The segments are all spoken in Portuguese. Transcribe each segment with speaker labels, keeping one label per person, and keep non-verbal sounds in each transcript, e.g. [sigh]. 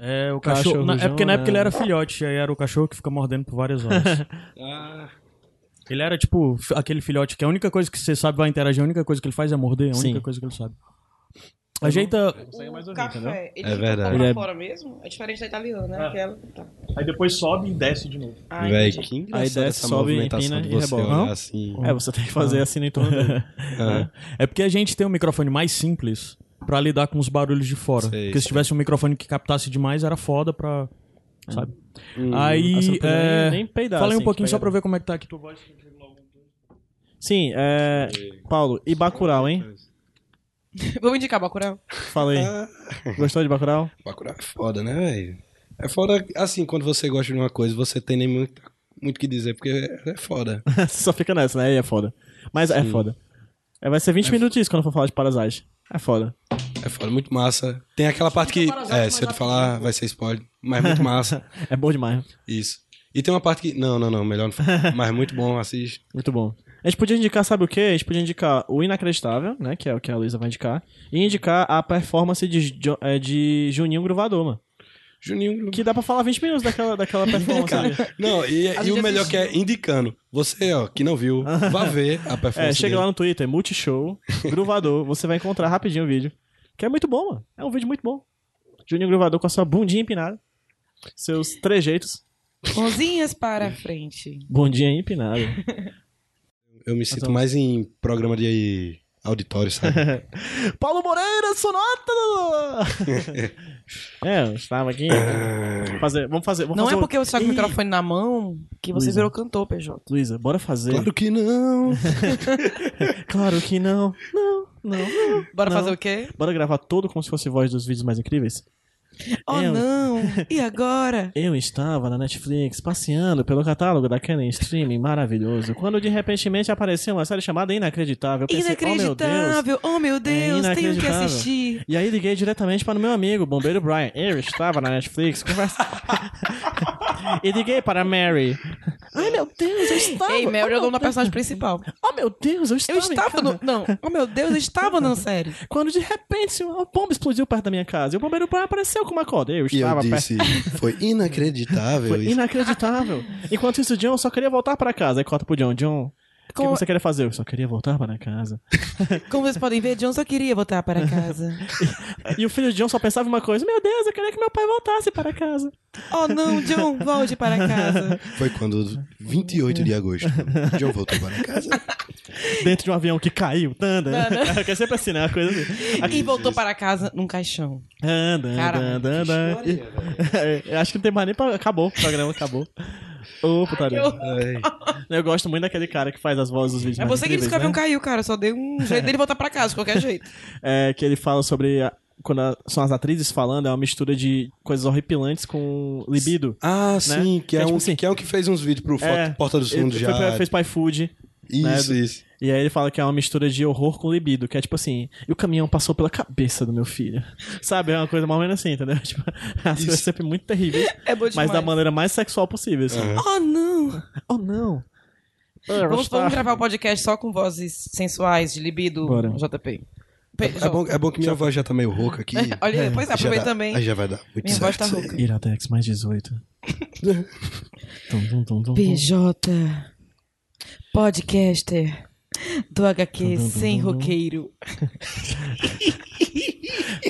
Speaker 1: É, o cachorro.
Speaker 2: Cachorrojão,
Speaker 1: na- é porque na época
Speaker 2: é.
Speaker 1: ele era filhote, aí era o cachorro que fica mordendo por várias [laughs] horas.
Speaker 3: Ah,
Speaker 1: ele era tipo f- aquele filhote que a única coisa que você sabe vai interagir, a única coisa que ele faz é morder, a única
Speaker 2: Sim.
Speaker 1: coisa que ele sabe. Ajeita.
Speaker 3: é mais
Speaker 4: O
Speaker 3: horrível, entendeu?
Speaker 4: café, ele
Speaker 3: É
Speaker 4: fica
Speaker 3: verdade.
Speaker 4: pra
Speaker 2: Ele é-
Speaker 4: fora mesmo? É diferente da italiana, né?
Speaker 1: É.
Speaker 4: Aquela. Tá.
Speaker 1: Aí depois sobe e desce de novo.
Speaker 4: Ah,
Speaker 3: Véi,
Speaker 4: entendi.
Speaker 3: que engraçado
Speaker 2: desce,
Speaker 3: essa
Speaker 2: sobe,
Speaker 3: movimentação
Speaker 2: empina
Speaker 3: de
Speaker 2: e
Speaker 3: você
Speaker 2: rebola.
Speaker 3: olhar
Speaker 1: Não?
Speaker 3: assim.
Speaker 2: É, você tem que fazer assim no entorno dele.
Speaker 3: Ah,
Speaker 1: [laughs] É porque a gente tem um microfone mais simples pra lidar com os barulhos de fora.
Speaker 3: Sei,
Speaker 1: porque se
Speaker 3: sei.
Speaker 1: tivesse um microfone que captasse demais, era foda pra. Sabe?
Speaker 3: Hum.
Speaker 2: [laughs] Ah, você não
Speaker 1: Aí.
Speaker 2: precisa
Speaker 1: É...
Speaker 2: nem, nem peidar.
Speaker 1: Falei um
Speaker 2: assim,
Speaker 1: pouquinho só pra
Speaker 2: pegar-
Speaker 1: ver como é que tá aqui tua voz.
Speaker 2: Sim, é... Paulo, e Bacurau, hein?
Speaker 4: [laughs] Vamos indicar Bacurau?
Speaker 2: Falei. Gostou de Bacurau?
Speaker 3: Bacurau é foda, né, velho? É foda, assim, quando você gosta de uma coisa, você tem nem muito muito o que dizer, porque é é foda.
Speaker 2: Você [laughs] só fica nessa, né? E é foda. Mas é foda. É, vai ser 20 minutos isso quando for falar de Parasite. É foda.
Speaker 3: É foda, muito massa. Tem aquela parte que. É, se eu te falar, vai ser spoiler. Mas
Speaker 2: [laughs]
Speaker 3: muito massa.
Speaker 2: É bom demais.
Speaker 3: Isso. E tem uma parte que. Não, não, não, melhor
Speaker 2: [laughs]
Speaker 3: não falar. Mas muito bom, assiste.
Speaker 2: Muito bom. A gente podia indicar, sabe o quê? A gente podia indicar o Inacreditável, né? Que é o que a Luísa vai indicar. E indicar a performance de, Jo- eh, de Juninho Gruvador, mano.
Speaker 3: Juninho.
Speaker 2: Que dá pra falar 20 minutos daquela, [laughs] daquela performance ali.
Speaker 3: Não, e,
Speaker 4: A
Speaker 3: e
Speaker 4: gente
Speaker 3: o melhor que é indicando. Você, ó, que não viu,
Speaker 2: [laughs]
Speaker 3: vá ver a performance.
Speaker 2: É, chega
Speaker 3: dele.
Speaker 2: lá no Twitter, Multishow, Gruvador, você vai encontrar rapidinho o vídeo. Que é muito bom, mano. É um vídeo muito bom. Juninho Gruvador com a sua bundinha empinada. Seus trejeitos.
Speaker 4: Mãozinhas para frente.
Speaker 2: Bundinha empinada.
Speaker 3: Eu me
Speaker 2: Então.
Speaker 3: sinto mais em programa de
Speaker 2: [laughs]
Speaker 3: auditório, sabe?
Speaker 2: Paulo Moreira, sonata! [laughs] é, eu estava aqui. Fazer, vamos fazer. Vamos
Speaker 4: Não
Speaker 2: fazer
Speaker 4: é
Speaker 2: um-
Speaker 4: porque você tá com o
Speaker 2: Ih,
Speaker 4: microfone na mão que você
Speaker 2: Luísa.
Speaker 4: virou cantor, PJ.
Speaker 2: Luísa, bora fazer.
Speaker 3: claro que [laughs] não.
Speaker 2: Claro que não. Não, não, não.
Speaker 4: Bora
Speaker 2: Não.
Speaker 4: fazer o quê?
Speaker 2: Bora gravar todo como se fosse voz dos vídeos mais incríveis?
Speaker 4: Oh,
Speaker 2: É, Eu-
Speaker 4: não! E agora?
Speaker 2: Eu estava na Netflix passeando pelo catálogo daquele streaming maravilhoso, quando de repentemente apareceu uma série chamada Inacreditável. Eu pensei, Oh, meu Deus. É
Speaker 4: Inacreditável! Oh, meu Deus! tenho que
Speaker 2: inacreditável.
Speaker 4: assistir!
Speaker 2: E aí liguei diretamente para o meu amigo, o bombeiro Brian. Eu estava na Netflix conversando. [laughs] e liguei para Mary. Ai, meu Deus, eu estava.
Speaker 4: Ei, Mary
Speaker 2: oh,
Speaker 4: é o nome da
Speaker 2: meu Deus.
Speaker 4: personagem principal.
Speaker 2: Oh, meu Deus, eu
Speaker 4: Eu
Speaker 2: estava. em
Speaker 4: estava
Speaker 2: casa.
Speaker 4: no. Não, oh meu Deus, eu estava
Speaker 2: Tipo,
Speaker 4: na série.
Speaker 2: Quando de repente uma bomba explodiu perto da minha casa. E o bombeiro Brian apareceu com uma corda. Eu
Speaker 3: E eu
Speaker 2: estava perto.
Speaker 3: disse, foi inacreditável
Speaker 2: Foi
Speaker 3: isso.
Speaker 2: inacreditável. Enquanto isso, o John só queria voltar para casa. Aí corta pro John. John, o que
Speaker 4: Como-
Speaker 2: você queria fazer? Eu só queria voltar para casa.
Speaker 4: Como vocês podem ver, John só queria voltar para
Speaker 2: [laughs]
Speaker 4: casa.
Speaker 2: E o filho de John só pensava uma coisa. Meu Deus, eu queria que meu pai voltasse para casa.
Speaker 4: Oh não, John, volte para casa.
Speaker 3: Foi quando, 28 de agosto, John voltou para casa.
Speaker 2: Dentro de um avião que caiu. Tanda. [laughs]
Speaker 4: Não, não.
Speaker 2: Quer é sempre assinar uma coisa assim.
Speaker 4: E voltou para casa num caixão.
Speaker 2: Anda,
Speaker 4: Cara,
Speaker 2: anda, anda, anda. [laughs] Eu É, acho que não tem mais nem pra... Acabou o programa, acabou. Ô, putaria.
Speaker 4: eu-
Speaker 2: Eu gosto muito daquele cara que faz as vozes dos vídeos.
Speaker 4: É
Speaker 2: mais
Speaker 4: você que
Speaker 2: incríveis,
Speaker 4: disse que o avião
Speaker 2: né?
Speaker 4: caiu, cara. Só deu um jeito dele voltar para casa, de qualquer jeito.
Speaker 2: É, que ele fala sobre. a- Quando a- são as atrizes falando, é uma mistura de coisas horripilantes com libido.
Speaker 3: [laughs] Ah, sim, que é,
Speaker 2: É tipo
Speaker 3: um,
Speaker 2: assim.
Speaker 3: que é um que fez uns vídeos pro Foto-
Speaker 2: É,
Speaker 3: Porta dos Fundos
Speaker 2: ele
Speaker 3: já.
Speaker 2: Foi pra, fez Pai Food.
Speaker 3: Isso,
Speaker 2: né,
Speaker 3: isso.
Speaker 2: E aí ele fala que é uma mistura de horror com libido, que é tipo assim, e o caminhão passou pela cabeça do meu filho. [laughs] Sabe? É uma coisa mais ou menos assim, entendeu? [laughs] Tipo, as coisas
Speaker 3: Isso.
Speaker 2: sempre muito
Speaker 3: [laughs]
Speaker 2: terríveis,
Speaker 4: [laughs] É bom demais.
Speaker 2: mas da maneira mais sexual possível. Assim.
Speaker 3: Aham.
Speaker 4: Oh não!
Speaker 2: Oh, não.
Speaker 4: Vamos, vamos gravar o podcast só com vozes sensuais de libido,
Speaker 2: Bora.
Speaker 4: JP.
Speaker 3: É bom, é bom que minha voz já tá meio rouca [laughs] aqui.
Speaker 4: [laughs] Olha, aí, pois é,
Speaker 3: Já
Speaker 4: aproveita
Speaker 3: dá-
Speaker 4: também.
Speaker 3: Aí já vai dar muito
Speaker 4: Minha voz
Speaker 3: certo
Speaker 4: tá
Speaker 3: isso aí.
Speaker 4: rouca.
Speaker 2: Iradex mais
Speaker 4: [laughs]
Speaker 2: 18. tum, tum, tum, tum, tum.
Speaker 4: PJ, podcaster do HQ
Speaker 2: Dum, dum, dum,
Speaker 4: sem
Speaker 2: dum, dum.
Speaker 4: roqueiro.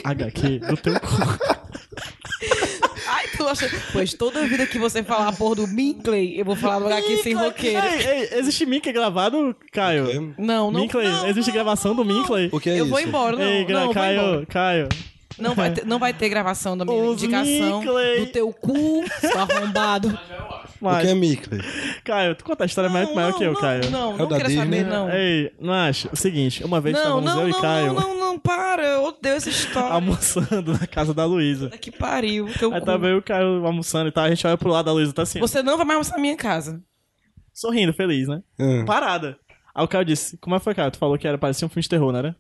Speaker 2: HQ do teu cu.
Speaker 4: [laughs] Ai, tu acha. Pois toda vida que você falar a porra do Minkley, eu vou falar do HQ sem roqueiro.
Speaker 2: Ei, ei, existe Minkley gravado, Caio?
Speaker 4: Não, não.
Speaker 2: Minkley,
Speaker 4: não,
Speaker 2: existe gravação do Minkley?
Speaker 3: [laughs] O que é
Speaker 4: eu
Speaker 3: isso?
Speaker 4: vou embora, não.
Speaker 2: Ei, gra-
Speaker 4: não, vai embora.
Speaker 2: Caio, Caio.
Speaker 4: Não
Speaker 2: É.
Speaker 4: vai, ter, não vai ter gravação da minha
Speaker 2: Os
Speaker 4: indicação
Speaker 2: Minkley.
Speaker 4: do teu cu, seu arrombado.
Speaker 3: O que
Speaker 2: Mas,
Speaker 3: é Mickey?
Speaker 2: Caio, tu conta a história é mais
Speaker 4: Não,
Speaker 2: maior
Speaker 4: não,
Speaker 2: que eu,
Speaker 4: não,
Speaker 2: Caio.
Speaker 4: Não,
Speaker 3: É
Speaker 4: não,
Speaker 3: o da
Speaker 4: quero saber,
Speaker 3: Disney.
Speaker 4: não.
Speaker 2: Ei, Nacho, seguinte, uma vez
Speaker 4: Não,
Speaker 2: estávamos
Speaker 4: não,
Speaker 2: tá eu
Speaker 4: não,
Speaker 2: e Caio
Speaker 4: não, não, não, para. Eu odeio essa história.
Speaker 2: almoçando [laughs] na casa da Luísa.
Speaker 4: Puta Que pariu, teu
Speaker 2: Aí
Speaker 4: cu.
Speaker 2: tava eu e o Caio almoçando e tal, a gente olha pro lado da Luísa, tá assim,
Speaker 4: Você não vai mais almoçar na minha casa.
Speaker 2: sorrindo, feliz, né?
Speaker 3: Ah.
Speaker 2: Parada. Aí o Caio disse, como é que foi, Caio? Tu falou que era parecia um filme de terror, não era?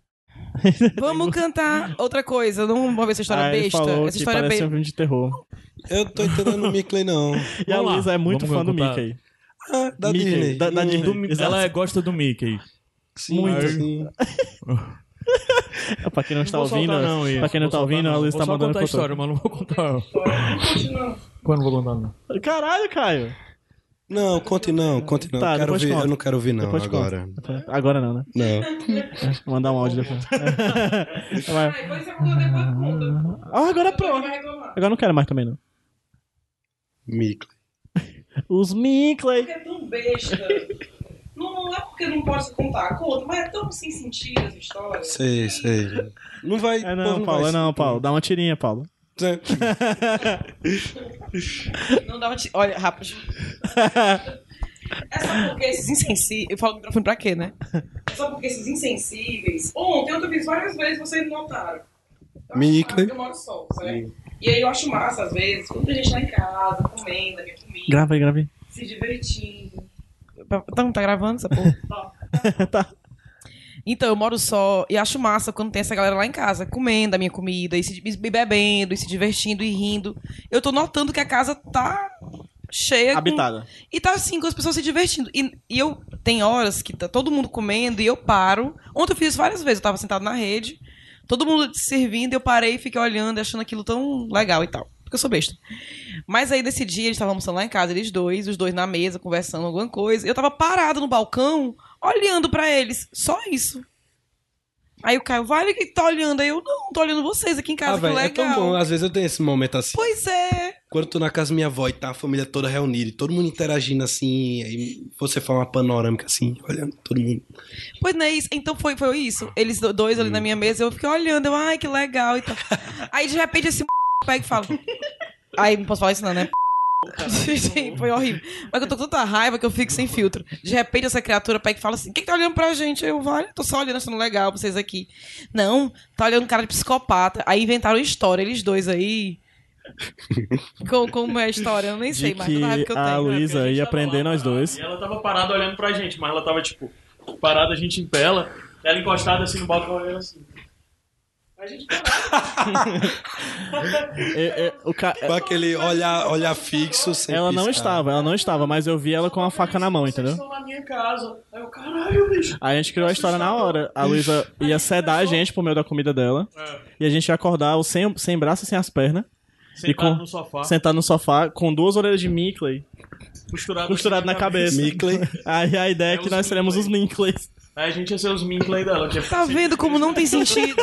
Speaker 4: Vamos cantar outra coisa. Não vamos ver essa história
Speaker 2: Aí Ah, ele
Speaker 4: besta.
Speaker 2: falou
Speaker 4: Essa
Speaker 2: que
Speaker 4: história
Speaker 2: parece
Speaker 4: besta.
Speaker 2: um filme de terror.
Speaker 3: Eu tô entendendo o Mickey, não.
Speaker 2: E a
Speaker 1: Vamos lá,
Speaker 2: Luísa é muito
Speaker 1: vamos
Speaker 2: fã do
Speaker 1: contar.
Speaker 2: Mickey.
Speaker 3: [laughs] Ah, da
Speaker 2: Mickey,
Speaker 3: Disney.
Speaker 2: da- da
Speaker 3: Hum,
Speaker 2: Disney.
Speaker 1: Do Mi-
Speaker 2: Exato.
Speaker 1: Ela gosta do Mickey.
Speaker 3: Sim,
Speaker 2: Muito.
Speaker 3: sim.
Speaker 2: pra quem não está
Speaker 1: vou
Speaker 2: ouvindo,
Speaker 1: soltar não, Ian.
Speaker 2: pra quem não
Speaker 1: Vou
Speaker 2: tá
Speaker 1: soltar
Speaker 2: ouvindo, a
Speaker 1: não.
Speaker 2: Luiz
Speaker 1: Vou
Speaker 2: tá
Speaker 1: só
Speaker 2: mandando
Speaker 1: contar a
Speaker 2: pro outro.
Speaker 1: história, mas não vou contar. Quando vou contar, não.
Speaker 2: Caralho, Caio.
Speaker 3: Não, conte não, conte não.
Speaker 2: Tá,
Speaker 3: quero
Speaker 2: depois
Speaker 3: ver,
Speaker 2: conta.
Speaker 3: eu não quero ver, não,
Speaker 2: Depois conta.
Speaker 3: agora.
Speaker 2: Agora não, né?
Speaker 3: Não. [laughs]
Speaker 2: Vou mandar um áudio
Speaker 1: [laughs]
Speaker 2: depois. Vai.
Speaker 5: Aí depois você conta, depois conta.
Speaker 2: Ah, agora
Speaker 5: Depois
Speaker 2: pronto.
Speaker 5: vai reclamar.
Speaker 2: Agora não quero mais também, não.
Speaker 3: Mico.
Speaker 2: Os Minkley.
Speaker 5: Porque é tão besta. não, não é porque não posso contar, conta, mas é tão sem sentido essa história.
Speaker 3: Sei, sei. Não vai.
Speaker 2: É
Speaker 3: o povo
Speaker 2: não, Paulo,
Speaker 3: vai-
Speaker 2: é não, Paulo. Dá uma tirinha, Paulo.
Speaker 4: Não dava. Te... Olha, rapaz.
Speaker 5: É só porque esses
Speaker 4: Esses insensíveis. Eu falo o microfone pra quê, né?
Speaker 5: É só porque esses insensíveis. Ontem eu vi várias vezes, vocês não notaram. Eu acho massa
Speaker 3: Mica.
Speaker 5: que Eu moro sol, certo? E aí eu acho massa, às vezes, quando a gente tá em casa, comendo, a minha comida,
Speaker 2: Grava aí, grava aí.
Speaker 5: se divertindo.
Speaker 4: Então, tá gravando essa porra?
Speaker 5: Tá.
Speaker 2: [laughs] Tá.
Speaker 4: Então, eu moro só e acho massa quando tem essa galera lá em casa, comendo a minha comida, e se, e bebendo, e se divertindo e rindo. Eu tô notando que a casa tá cheia. com-
Speaker 2: Habitada.
Speaker 4: E tá assim, com as pessoas se divertindo. E, e eu tem horas que tá todo mundo comendo e eu paro. Ontem eu fiz isso várias vezes, eu tava sentado na rede, todo mundo servindo, eu parei e fiquei olhando, e achando aquilo tão legal e tal. Porque eu sou besta. Mas aí nesse dia eles estavam almoçando lá em casa, eles dois, os dois na mesa, conversando alguma coisa. Eu tava parada no balcão, olhando pra eles. Só isso. Aí o Caio, vale que tá olhando. Aí eu, não, tô olhando vocês aqui em
Speaker 3: Ah,
Speaker 4: casa, que
Speaker 3: velho,
Speaker 4: legal.
Speaker 3: é tão bom. Às vezes eu tenho esse momento assim.
Speaker 4: Pois é.
Speaker 3: Quando eu tô na casa da minha avó e tá a família toda reunida, e todo mundo interagindo assim, aí você faz uma panorâmica assim, olhando todo mundo.
Speaker 4: Pois não é isso. Então foi, foi isso. Eles do- dois
Speaker 2: Hum.
Speaker 4: ali na minha mesa, eu fiquei olhando, eu, ai, que legal e tal. Aí de repente esse [laughs] pega e fala. Ai, não posso falar isso, não, né? [laughs] Gente, foi horrível. Mas eu tô com tanta raiva que eu fico sem filtro. De repente, essa criatura pega e fala assim: quem tá olhando pra gente? Aí Eu vale, tô só olhando, achando legal vocês aqui. Não, tá olhando cara de psicopata. Aí inventaram história, eles dois
Speaker 2: [laughs]
Speaker 4: aí. Como, como é a história? Eu nem sei
Speaker 2: De
Speaker 4: mais. tanta raiva
Speaker 2: que a Luísa ia prender nós dois.
Speaker 1: E ela tava parada olhando pra gente, mas ela tava, tipo, parada, a gente em pé, ela, ela encostada assim no balcão, olhando assim. A gente parada.
Speaker 2: É, é, o ca-
Speaker 3: Com aquele olhar, olhar fixo sem
Speaker 2: Ela não
Speaker 3: piscar.
Speaker 2: estava, ela não estava, mas eu vi ela com a faca na mão, entendeu?
Speaker 1: Vocês estão na minha casa. Aí eu, caralho, bicho.
Speaker 2: Aí a gente criou a história na hora. A Luísa ia sedar a gente por meio da comida dela.
Speaker 1: É,
Speaker 2: E a gente ia acordar o sem, sem braço e sem as pernas.
Speaker 1: sentado
Speaker 2: E com-
Speaker 1: no sofá,
Speaker 2: Sentado no sofá, com duas orelhas de Minkley,
Speaker 1: costurado,
Speaker 2: costurado
Speaker 1: assim
Speaker 2: na Tá cabeça.
Speaker 3: Mickley.
Speaker 2: Aí a ideia é que
Speaker 1: os
Speaker 2: nós seremos os Minkleys.
Speaker 1: Aí a gente ia ser os Minkley dela. Que é
Speaker 4: Tá vendo como não
Speaker 2: [laughs]
Speaker 4: tem sentido?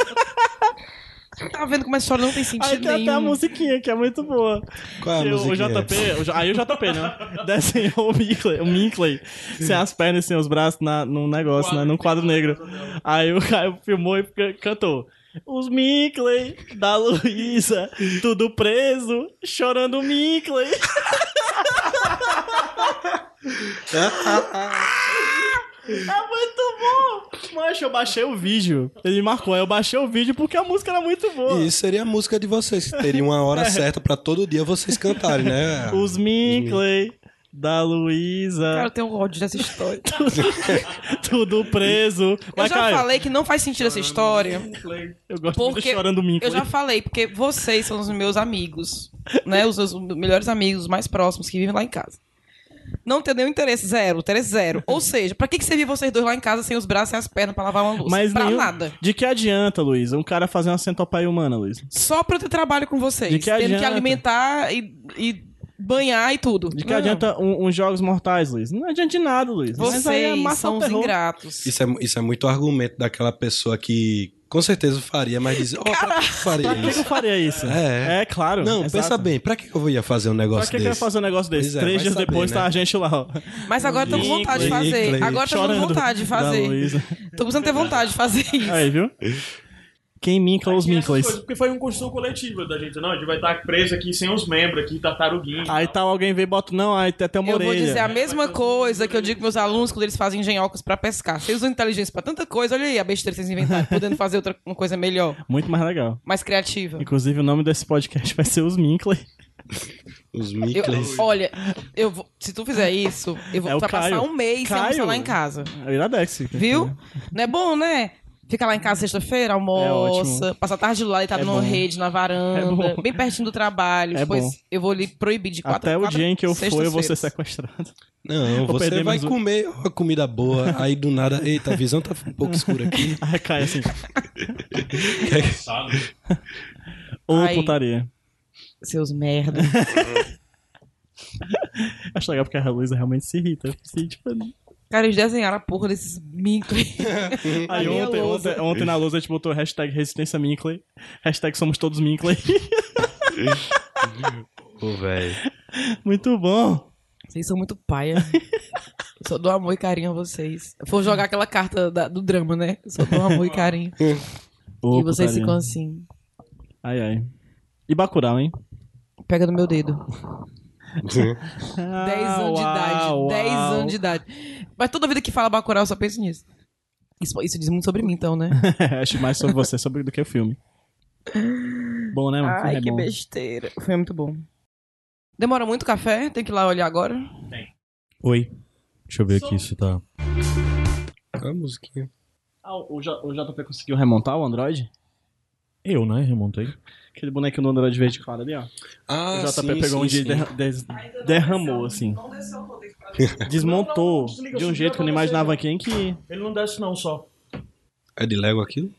Speaker 4: tá vendo como a história não tem sentido
Speaker 2: Aí tem até a
Speaker 4: nenhum?
Speaker 2: musiquinha, que é muito boa.
Speaker 3: Qual é a
Speaker 2: Que o, o
Speaker 3: musiquinha?
Speaker 2: JP, o J- aí o JP, né? [laughs] Desenhou o Minkley, o Minkley sem as pernas e sem os braços na, num negócio, né? Num quadro negro. Aí o Caio filmou e ca- cantou. Os Minkley da Luísa, tudo preso, chorando Minkley. [laughs] É muito bom! Mancha, eu baixei o vídeo. Ele marcou, aí eu baixei o vídeo porque a música era muito boa.
Speaker 3: E isso seria a música de vocês, que teria uma
Speaker 2: [laughs]
Speaker 3: hora certa pra todo dia vocês cantarem, né?
Speaker 2: É. Os Minkley da Luísa.
Speaker 4: Cara, eu tenho ódio dessa história.
Speaker 2: [laughs] Tudo preso.
Speaker 4: eu
Speaker 2: Mas,
Speaker 4: já
Speaker 2: Caio,
Speaker 4: falei que não faz sentido essa história.
Speaker 2: eu gosto muito
Speaker 4: Porque
Speaker 2: de chorando minco.
Speaker 4: eu já falei, porque vocês são os meus amigos, né? Os meus melhores amigos, os mais próximos que vivem lá em casa. Não tenho nenhum interesse, zero, interesse zero. Ou seja, pra que, que servia vocês dois lá em casa sem os braços e as pernas pra lavar uma louça?
Speaker 2: Mas
Speaker 4: pra
Speaker 2: nenhum-
Speaker 4: nada.
Speaker 2: De que adianta, Luísa, um cara fazer uma centopeia humana, Luísa?
Speaker 4: Só pra eu ter trabalho com vocês.
Speaker 2: De que
Speaker 4: tendo que
Speaker 2: adianta?
Speaker 4: alimentar e, e banhar e tudo.
Speaker 2: De que
Speaker 4: Não.
Speaker 2: adianta um- uns jogos mortais, Luísa? Não adianta de nada, Luísa. Mas aí é
Speaker 4: Vocês
Speaker 2: massa
Speaker 4: são
Speaker 2: ao
Speaker 4: os
Speaker 2: terror.
Speaker 4: ingratos.
Speaker 3: Isso é, isso é muito argumento daquela pessoa que com certeza faria, mas diz, ó, pra que eu faria
Speaker 2: Pra que que eu
Speaker 3: isso?
Speaker 2: faria isso?
Speaker 3: É.
Speaker 2: claro.
Speaker 3: Não,
Speaker 2: exato.
Speaker 3: pensa bem, pra que eu ia fazer um
Speaker 2: Pra
Speaker 3: negócio
Speaker 2: que, que eu
Speaker 3: desse?
Speaker 2: ia fazer um negócio desse?
Speaker 3: Pois é,
Speaker 2: Três
Speaker 3: vai
Speaker 2: dias
Speaker 3: saber,
Speaker 2: depois
Speaker 3: né?
Speaker 2: tá a gente lá, ó.
Speaker 4: Mas agora eu tô com vontade de
Speaker 3: Inglês,
Speaker 4: fazer.
Speaker 3: inglês.
Speaker 4: Agora eu tô com
Speaker 2: Chorando
Speaker 4: vontade de
Speaker 2: da
Speaker 4: fazer.
Speaker 2: Luísa.
Speaker 4: Tô precisando ter vontade de fazer isso.
Speaker 2: Aí,
Speaker 3: [laughs]
Speaker 2: viu? Quem minca
Speaker 4: Tá
Speaker 2: os mincleys.
Speaker 1: Porque foi uma construção coletiva da gente. Não, a gente vai estar preso aqui sem os membros aqui, tartaruguinho.
Speaker 2: Aí tal, alguém vem e bota. Não, aí tem até uma
Speaker 4: Eu
Speaker 2: orelha.
Speaker 4: vou dizer a mesma coisa que eu digo pros meus alunos quando eles fazem engenhocas pra pescar. Vocês usam inteligência pra tanta coisa, olha aí a besteira que
Speaker 2: [laughs]
Speaker 4: vocês inventaram, podendo fazer outra uma coisa melhor,
Speaker 2: Muito mais legal.
Speaker 4: mais criativa.
Speaker 2: Inclusive, o nome desse podcast vai ser Os Minkley.
Speaker 3: Os
Speaker 4: Eu-
Speaker 3: Micleys.
Speaker 4: olha, eu vou- se tu fizer isso, eu vou
Speaker 2: É o
Speaker 4: passar
Speaker 2: Caio.
Speaker 4: um mês sem
Speaker 2: Caio.
Speaker 4: almoçar lá em casa.
Speaker 2: Iradex.
Speaker 4: Viu? Não é bom, né? Fica lá em casa sexta-feira, almoça, passa a tarde lá deitado
Speaker 2: É
Speaker 4: numa
Speaker 2: bom.
Speaker 4: rede, na varanda,
Speaker 2: É bom.
Speaker 4: bem pertinho do trabalho.
Speaker 2: É
Speaker 4: Depois
Speaker 2: bom.
Speaker 4: eu vou lhe proibir de quatro
Speaker 2: Até o
Speaker 4: quatro
Speaker 2: dia em que eu for, eu vou ser
Speaker 4: sextas-feiras.
Speaker 2: sequestrado. [laughs]
Speaker 3: Não,
Speaker 2: Vou
Speaker 3: você
Speaker 2: perder
Speaker 3: vai
Speaker 2: menos um.
Speaker 3: comer uma comida boa, aí do nada, eita, a visão tá um pouco escura aqui.
Speaker 2: Aí cai assim,
Speaker 1: Sabe?
Speaker 2: ou
Speaker 4: Ai.
Speaker 2: putaria. [laughs]
Speaker 4: Seus merda.
Speaker 2: Acho legal porque a Luísa realmente se irrita. Assim, tipo,
Speaker 4: Cara, eles desenharam a porra desses mincos.
Speaker 2: Aí
Speaker 4: A minha
Speaker 2: ontem,
Speaker 4: lousa.
Speaker 2: ontem, ontem na lousa a gente botou hashtag resistência Minkley, hashtag somos todos Minkley. [laughs]
Speaker 6: Pô, velho.
Speaker 2: Muito bom.
Speaker 4: Vocês são muito paia. Eu só dou amor e carinho a vocês. Eu vou jogar aquela carta da- do drama, né? Eu só dou amor e carinho.
Speaker 2: Ô,
Speaker 4: e vocês
Speaker 2: putaria.
Speaker 4: ficam assim.
Speaker 2: Ai, ai. E Bacurau, hein?
Speaker 4: Pega no meu dedo. 10 anos de idade. 10 anos de idade. Mas toda vida que fala Bacurau, eu só penso nisso. Isso, isso diz muito sobre mim, então, né?
Speaker 2: idade. Acho mais sobre você sobre do que o filme. Bom, né, mano?
Speaker 4: Ai,
Speaker 2: [laughs] é
Speaker 4: que
Speaker 2: bom.
Speaker 4: besteira. Foi muito bom. Demora muito o café? Tem que ir lá olhar agora?
Speaker 6: Oi. Deixa eu ver aqui se tá.
Speaker 3: a musiquinha.
Speaker 2: Ah, o, J- o JP conseguiu remontar o Android?
Speaker 6: Eu, né? Remontei.
Speaker 2: Aquele bonequinho do Android verde claro ali, ó.
Speaker 3: Ah,
Speaker 2: o JP
Speaker 3: sim,
Speaker 2: pegou
Speaker 3: sim,
Speaker 2: um dia e
Speaker 3: sim.
Speaker 2: derra- des- derramou, assim.
Speaker 5: Não desceu o poder pra
Speaker 6: [laughs]
Speaker 2: [laughs] Desmontou
Speaker 1: não, desliga,
Speaker 2: de
Speaker 1: eu
Speaker 2: um
Speaker 1: só
Speaker 2: jeito que eu não
Speaker 1: pra você,
Speaker 2: imaginava quem que.
Speaker 1: Ele não desce não só.
Speaker 3: É de Lego aquilo?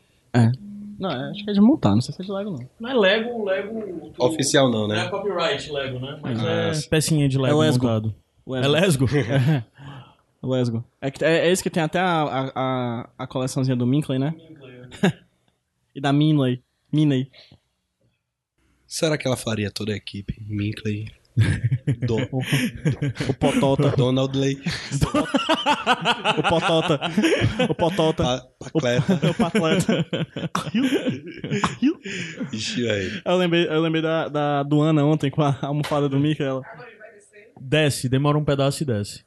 Speaker 2: Não, é- acho que é de montar, não sei se é de Lego, não.
Speaker 1: Não é Lego, Lego... do-
Speaker 3: Oficial não,
Speaker 1: Não é
Speaker 3: né?
Speaker 1: copyright Lego, né? Mas
Speaker 3: Ah,
Speaker 1: é...
Speaker 3: sim.
Speaker 6: Pecinha de Lego
Speaker 2: É lesgo.
Speaker 6: montado. É
Speaker 2: Lego.
Speaker 1: [laughs]
Speaker 6: lesgo? é.
Speaker 2: [laughs] Lesgo. É, que- é, é esse que tem até a, a, a, a coleçãozinha do Minkley, né? [laughs] E da Minley. Minley.
Speaker 3: Será que ela faria toda a equipe? Minkley, [laughs] Do...
Speaker 2: O Potota.
Speaker 3: Donald Lay,
Speaker 2: o Potota. O Potota.
Speaker 3: pa... Pacleta.
Speaker 2: O Patleta.
Speaker 3: [laughs] Ixi, velho.
Speaker 2: Eu lembrei, eu lembrei da, da Duana ontem com a almofada do Mickey. Ela.
Speaker 6: Desce, demora um pedaço e desce.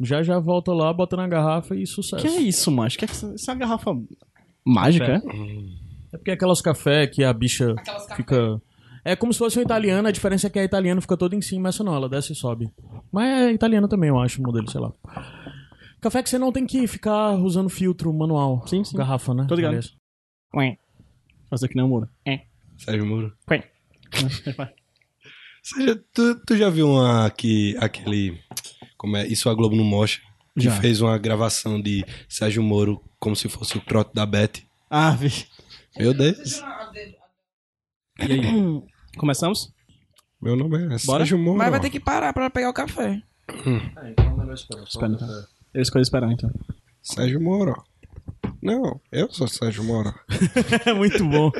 Speaker 6: Já já volta lá, bota na garrafa e sucesso.
Speaker 2: Que é isso, macho? Que é que isso isso é uma garrafa mágica? é?
Speaker 6: É porque aquelas café que a bicha fica. É como se fosse um italiano, a diferença é que a italiana fica toda em cima, essa não, ela desce e sobe. Mas é italiana também, eu acho, o modelo, sei lá. Café que você não tem que ficar usando filtro manual.
Speaker 2: Sim, sim.
Speaker 6: Garrafa, né?
Speaker 2: Tô ligado.
Speaker 6: Aliás.
Speaker 2: Fazer que nem o Moura.
Speaker 3: Sérgio Moro.
Speaker 2: Quem? [laughs]
Speaker 3: Você já- tu, tu já viu uma que aquele. Como é? Isso a Globo não mostra. Que
Speaker 2: Já.
Speaker 3: fez uma gravação de Sérgio Moro como se fosse o trote da Beth.
Speaker 2: Ah, vi.
Speaker 3: Meu Deus.
Speaker 2: E aí? Começamos?
Speaker 3: Meu nome é
Speaker 2: Bora?
Speaker 3: Sérgio Moro.
Speaker 4: Mas vai ter que parar pra pegar o café.
Speaker 1: Ah, então é melhor esperar.
Speaker 2: Espera, então. Eu escolhi esperar, então.
Speaker 3: Sérgio Moro. Não, eu sou Sérgio Moro.
Speaker 2: É muito bom.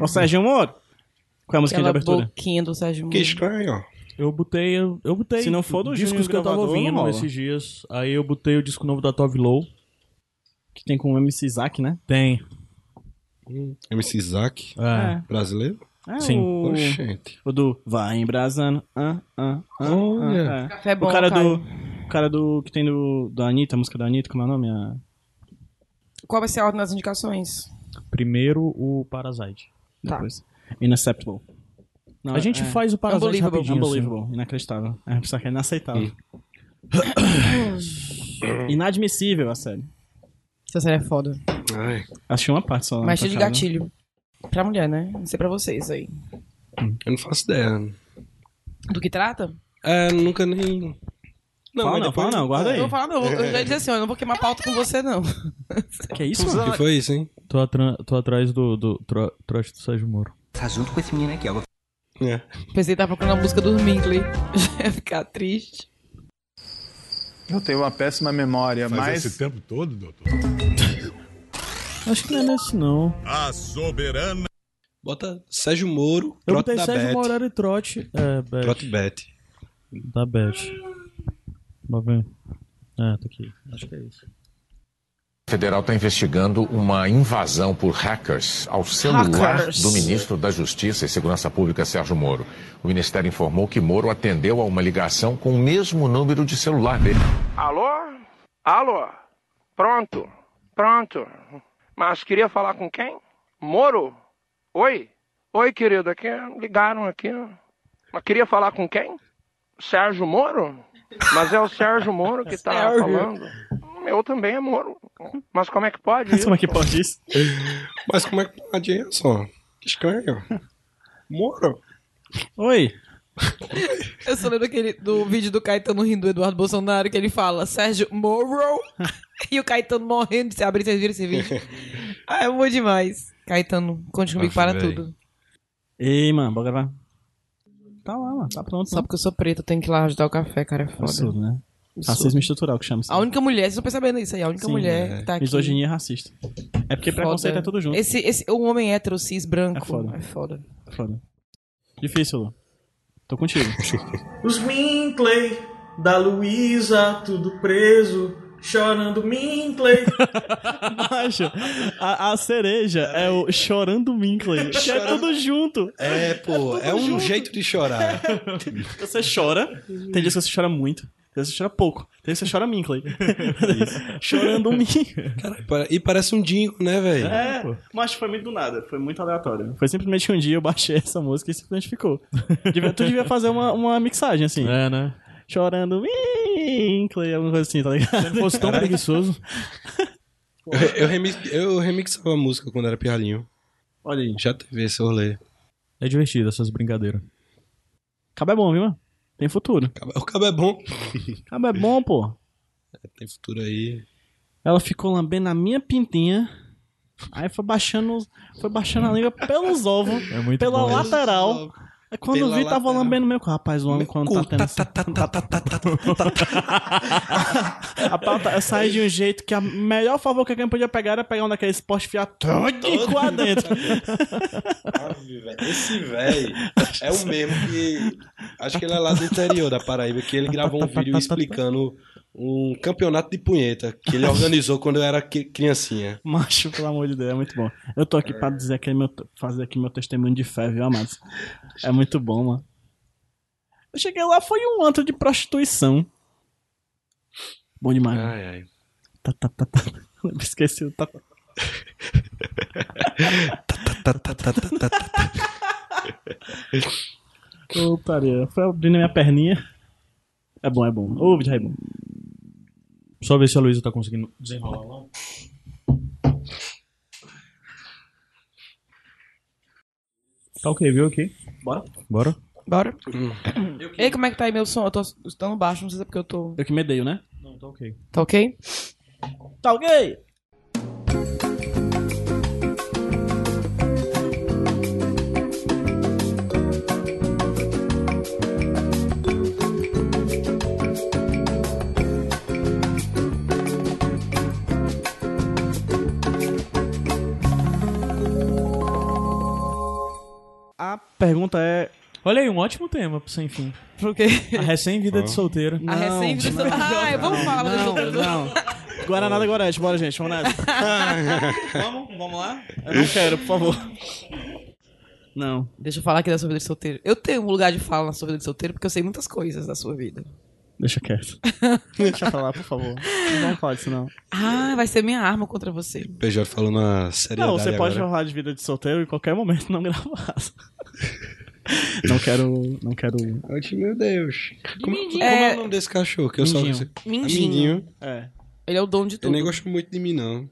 Speaker 2: Ô, Sérgio Moro. Qual é a música de
Speaker 4: Aquela
Speaker 2: abertura?
Speaker 4: boquinha do Sérgio
Speaker 3: Que
Speaker 4: Moro.
Speaker 3: estranho.
Speaker 6: Eu botei, eu, eu botei.
Speaker 2: Se não for do
Speaker 6: discos
Speaker 2: Júnior
Speaker 6: que eu tava
Speaker 2: Gravador, não
Speaker 6: ouvindo
Speaker 2: rola.
Speaker 6: esses dias. Aí eu botei o disco novo da Tove Low.
Speaker 2: Que tem com o MC Isaac, né?
Speaker 6: Tem.
Speaker 3: MC Isaac,
Speaker 6: É.
Speaker 3: brasileiro?
Speaker 2: É
Speaker 6: Sim.
Speaker 2: O,
Speaker 3: Oxente.
Speaker 2: o do Vai embrasando. Ah, ah, ah, ah,
Speaker 3: Olha.
Speaker 2: ah.
Speaker 4: Café é bom,
Speaker 2: o cara
Speaker 4: Caio.
Speaker 2: do. O cara do. Que tem do. Da Anitta, a música da Anitta, como é o nome? A-
Speaker 4: Qual vai ser a ordem das indicações?
Speaker 6: Primeiro o Parasite.
Speaker 4: Tá.
Speaker 2: Depois. Inacceptable. Não,
Speaker 6: a gente
Speaker 2: é-
Speaker 6: faz o Parasite
Speaker 4: Unbelievable.
Speaker 6: rapidinho. assim.
Speaker 2: Unbelievable, inacreditável. É, só que é inaceitável. [coughs] Inadmissível a série.
Speaker 4: Essa série é foda.
Speaker 3: Ai,
Speaker 2: Achei uma parte só.
Speaker 4: Mas
Speaker 2: pra
Speaker 4: cheio de
Speaker 2: cada.
Speaker 4: gatilho. Pra mulher, né? Não sei pra vocês aí.
Speaker 3: eu não faço ideia.
Speaker 4: Do que trata?
Speaker 3: É, nunca nem.
Speaker 2: Fala
Speaker 3: mas
Speaker 2: não,
Speaker 3: depois-
Speaker 2: fala não, guarda
Speaker 4: Eu
Speaker 2: aí.
Speaker 4: não vou falar, não. Eu já disse assim, ó, eu não vou queimar pauta com você, não. [laughs]
Speaker 2: Que isso, [laughs] mano?
Speaker 3: O Ah, que foi isso, hein?
Speaker 6: Tô, atra- tô atrás do, do tro- trote do Sérgio Moro.
Speaker 7: Tá junto com esse menino aqui, ó.
Speaker 3: É.
Speaker 4: Pensei que tava procurando a música dos Minkley. [laughs] Já ia ficar triste.
Speaker 8: Eu tenho uma péssima memória, mas.
Speaker 9: esse tempo todo, doutor?
Speaker 6: Acho que não é nesse, não.
Speaker 9: A soberana.
Speaker 3: Bota Sérgio Moro,
Speaker 6: Eu
Speaker 3: Trote
Speaker 6: botei
Speaker 3: da
Speaker 6: Sérgio
Speaker 3: Beth.
Speaker 6: Moro era e trote. É, Beth.
Speaker 3: Trote Bet.
Speaker 6: Da Beth. Lá vem. Ah, tá aqui. Acho que é isso.
Speaker 10: Federal está investigando uma invasão por hackers ao celular
Speaker 4: Hackers.
Speaker 10: do ministro da Justiça e Segurança Pública, Sérgio Moro. O ministério informou que Moro atendeu a uma ligação com o mesmo número de celular dele.
Speaker 11: Alô? Alô? Pronto, pronto. Mas queria falar com quem? Moro? Oi? Oi, querido, aqui ligaram aqui. Mas queria falar com quem? Sérgio Moro? Mas é o Sérgio Moro que tá
Speaker 4: Sérgio.
Speaker 11: falando. Eu também é Moro. Mas como é que pode? isso?
Speaker 2: pode isso?
Speaker 3: Mas como é que pode isso? Que estranho. Moro?
Speaker 2: Oi.
Speaker 4: Eu só lembro aquele, do vídeo do Caetano rindo do Eduardo Bolsonaro, que ele fala Sérgio
Speaker 2: [laughs]
Speaker 4: Moro e o Caetano morrendo de se abrir. Vocês viram esse vídeo? ah, é bom demais. Caetano, conte comigo
Speaker 7: Nossa,
Speaker 4: para
Speaker 7: véi.
Speaker 4: tudo.
Speaker 2: Ei, mano, bora gravar. Tá lá, mano. Tá pronto.
Speaker 4: Só porque eu sou preta, eu tenho que ir lá ajudar o café, cara. É foda.
Speaker 2: Absurdo, né?
Speaker 4: Absurdo.
Speaker 2: Racismo estrutural que chama isso.
Speaker 4: A única mulher, vocês estão percebendo isso aí, a única
Speaker 2: Sim,
Speaker 4: mulher
Speaker 2: é.
Speaker 4: que tá aqui.
Speaker 2: Misoginia racista. É porque
Speaker 4: Foda.
Speaker 2: preconceito é tudo junto.
Speaker 4: Esse, esse, o homem hétero, cis, branco.
Speaker 2: É foda.
Speaker 4: É foda.
Speaker 2: Foda. Difícil, Lu. Tô contigo.
Speaker 1: Os Minkley, da Luísa, tudo preso, chorando Minkley.
Speaker 2: Macho, a, a cereja é o chorando [laughs] Minkley. que É tudo junto.
Speaker 3: É, pô, é, um jeito de chorar.
Speaker 2: Você chora. Tem dias que você chora muito. Tem dias que você chora pouco. Tem dias que você chora Minkley. É [laughs] Chorando Minkley.
Speaker 3: E parece um dingo, né, velho?
Speaker 2: É, mas foi muito do nada. Foi muito aleatório. Foi simplesmente que um dia eu baixei essa música e simplesmente ficou. Devia- tu devia fazer uma, uma mixagem assim.
Speaker 6: É, né?
Speaker 2: Chorando Minkley, alguma coisa assim, tá ligado?
Speaker 6: Se fosse tão
Speaker 3: Caralho.
Speaker 6: preguiçoso.
Speaker 3: Eu, eu, remix, eu remixava a música quando era pirralhinho.
Speaker 2: Olha aí.
Speaker 3: Já teve esse rolê.
Speaker 6: É divertido essas brincadeiras.
Speaker 2: Cabo é bom, viu, mano? Tem futuro.
Speaker 3: O cabo é bom.
Speaker 2: Cabo é bom, pô.
Speaker 3: Tem futuro aí.
Speaker 2: Ela ficou lambendo a minha pintinha. Aí foi baixando, os- foi baixando a língua pelos ovos,
Speaker 6: É muito
Speaker 2: pela
Speaker 6: bom.
Speaker 2: lateral. Aí quando
Speaker 3: Pela
Speaker 2: vi, tava
Speaker 3: lateral.
Speaker 2: lambendo meu cu. Rapaz, o homem quando tá
Speaker 3: Cu,
Speaker 2: tendo.
Speaker 3: tá,
Speaker 2: essa-
Speaker 3: tá, tá, tá, tá, tá, tá, tá, tá.
Speaker 2: A pauta sai de um jeito que a melhor favor que alguém podia pegar era pegar um daqueles postes e fiar todo de cu lá dentro.
Speaker 3: Ave, velho. Esse velho é o mesmo que. Acho que ele é lá do interior da Paraíba, que ele gravou um vídeo explicando um campeonato de punheta que ele organizou quando eu era cri- criancinha.
Speaker 2: Macho, pelo amor de Deus, é muito bom. Eu tô aqui pra dizer que é meu, fazer aqui meu testemunho de fé, viu, amados? É muito bom, mano. Eu cheguei lá, foi um antro de prostituição. Bom demais. mano.
Speaker 3: Ai, ai.
Speaker 2: Tá, tá, tá, [laughs] tá. Esqueci o tá, tá.
Speaker 3: Tá, tá, tá, tá, tá, tá.
Speaker 2: Ô, putaria. Foi abrindo a minha perninha. É bom, é bom. Ô, já é bom.
Speaker 6: Só ver se a Luísa tá conseguindo desenrolar lá. Tá ok, viu? Ok.
Speaker 2: Bora.
Speaker 6: Bora.
Speaker 4: Bora. Ei, como é que tá aí meu som? Eu tô estando baixo, não sei se é porque eu tô.
Speaker 2: Eu que medeio, né?
Speaker 6: Não, tá ok.
Speaker 4: Tá ok?
Speaker 2: Tá ok? A pergunta é.
Speaker 6: Olha aí, um ótimo tema pro sem fim.
Speaker 4: Por quê?
Speaker 6: A recém-vida de solteira.
Speaker 4: A recém vida [laughs] Ah, eu vou falar dos
Speaker 2: Não,
Speaker 4: outros.
Speaker 2: não. Guaraná da Gorete, bora, gente, vamos [laughs] nessa. vamos, vamos lá? Eu não quero, por favor. Não.
Speaker 4: Deixa eu falar aqui da sua vida de solteiro. Eu tenho um lugar de fala na sua vida de solteiro porque eu sei muitas coisas da sua vida.
Speaker 2: Deixa quieto. [laughs] Deixa eu falar, por favor. Não fala disso, não.
Speaker 4: Ah, vai ser minha arma contra você.
Speaker 3: PJ falou na seriedade
Speaker 2: Não, você pode
Speaker 3: agora.
Speaker 2: falar de vida de solteiro em qualquer momento, não gravar. Não quero. Não quero.
Speaker 3: Ai, Meu Deus. Como, como é
Speaker 4: É-
Speaker 3: o nome desse cachorro? Que eu só Ah,
Speaker 2: Mindinho.
Speaker 4: Mindinho.
Speaker 3: Mindinho.
Speaker 2: É.
Speaker 4: Ele é o dono de
Speaker 3: Eu
Speaker 4: tudo.
Speaker 3: nem gosto muito de mim, não.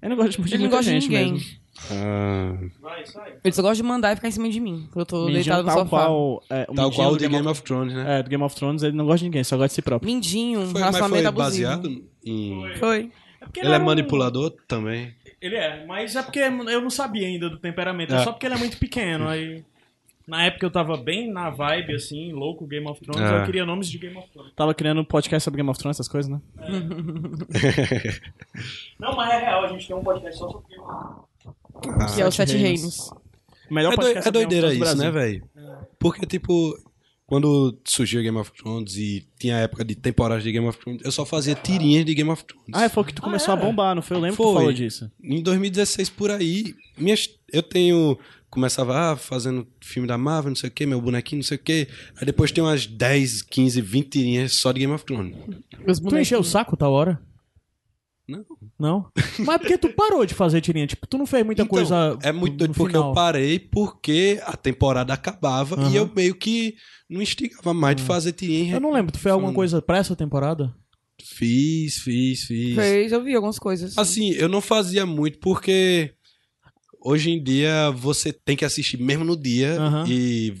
Speaker 2: Eu não gosto de muita
Speaker 4: Ele não gosta de
Speaker 2: gente
Speaker 4: ninguém.
Speaker 2: mesmo.
Speaker 3: Ah,
Speaker 4: Ele só gosta de mandar e ficar em cima de mim quando eu tô
Speaker 2: Mindinho, é um
Speaker 4: deitado no
Speaker 2: tal
Speaker 4: sofá.
Speaker 2: qual. É, o
Speaker 3: tal
Speaker 2: Mindinho
Speaker 3: qual o
Speaker 2: do
Speaker 3: de
Speaker 2: Game
Speaker 3: Game of Thrones, né?
Speaker 2: É, do Game of Thrones, ele não gosta de ninguém, só gosta de si próprio.
Speaker 4: Mindinho, um
Speaker 3: Foi, mas
Speaker 4: relacionamento
Speaker 3: foi
Speaker 4: abusivo. um
Speaker 3: baseado em...
Speaker 4: Foi.
Speaker 3: Ele é manipulador também?
Speaker 1: um- Ele é, mas é porque eu não sabia ainda do temperamento. É,
Speaker 3: É.
Speaker 1: só porque ele é muito pequeno. Aí, na época eu tava bem na vibe, assim, louco Game of Thrones.
Speaker 3: É.
Speaker 1: Eu queria nomes de Game of Thrones.
Speaker 2: Tava criando um podcast sobre Game of Thrones, essas coisas, né?
Speaker 1: Não, mas é real, a gente tem um podcast só sobre Game of Thrones.
Speaker 4: que é o Sete Reinos.
Speaker 2: Melhor
Speaker 3: É, doi-
Speaker 2: podcast sobre
Speaker 3: é
Speaker 2: Game of
Speaker 3: doideira
Speaker 2: Thrones do
Speaker 3: isso, né,
Speaker 2: Brasil.
Speaker 3: velho? Porque, tipo, quando surgiu Game of Thrones e tinha a época de temporada de Game of Thrones, eu só fazia tirinhas de Game of Thrones.
Speaker 2: Ah, foi que tu começou a bombar, não foi? Eu lembro que tu
Speaker 3: Foi.
Speaker 2: falou disso.
Speaker 3: Em 2016, por aí, minhas, eu tenho... Começava ah, fazendo filme da Marvel, não sei o quê, meu bonequinho, não sei o quê. Aí depois tem umas 10, 15, 20 tirinhas só de Game of Thrones.
Speaker 4: Meus
Speaker 6: Tu
Speaker 4: bonecos.
Speaker 6: encheu o saco tal hora?
Speaker 3: Não.
Speaker 6: Não?
Speaker 2: é
Speaker 6: Mas porque tu parou de fazer tirinha? Tipo, tu não fez muita
Speaker 3: Então,
Speaker 6: coisa.
Speaker 3: É muito
Speaker 6: no
Speaker 3: doido porque
Speaker 6: final.
Speaker 3: eu parei porque a temporada acabava
Speaker 6: Aham.
Speaker 3: e eu meio que não instigava mais de fazer tirinha.
Speaker 6: Eu não lembro, tu fez alguma
Speaker 3: Hum.
Speaker 6: coisa pra essa temporada?
Speaker 3: Fiz, fiz, fiz.
Speaker 4: Fez, eu vi algumas coisas.
Speaker 3: Assim, eu não fazia muito porque hoje em dia você tem que assistir mesmo no dia
Speaker 6: Aham.
Speaker 3: e,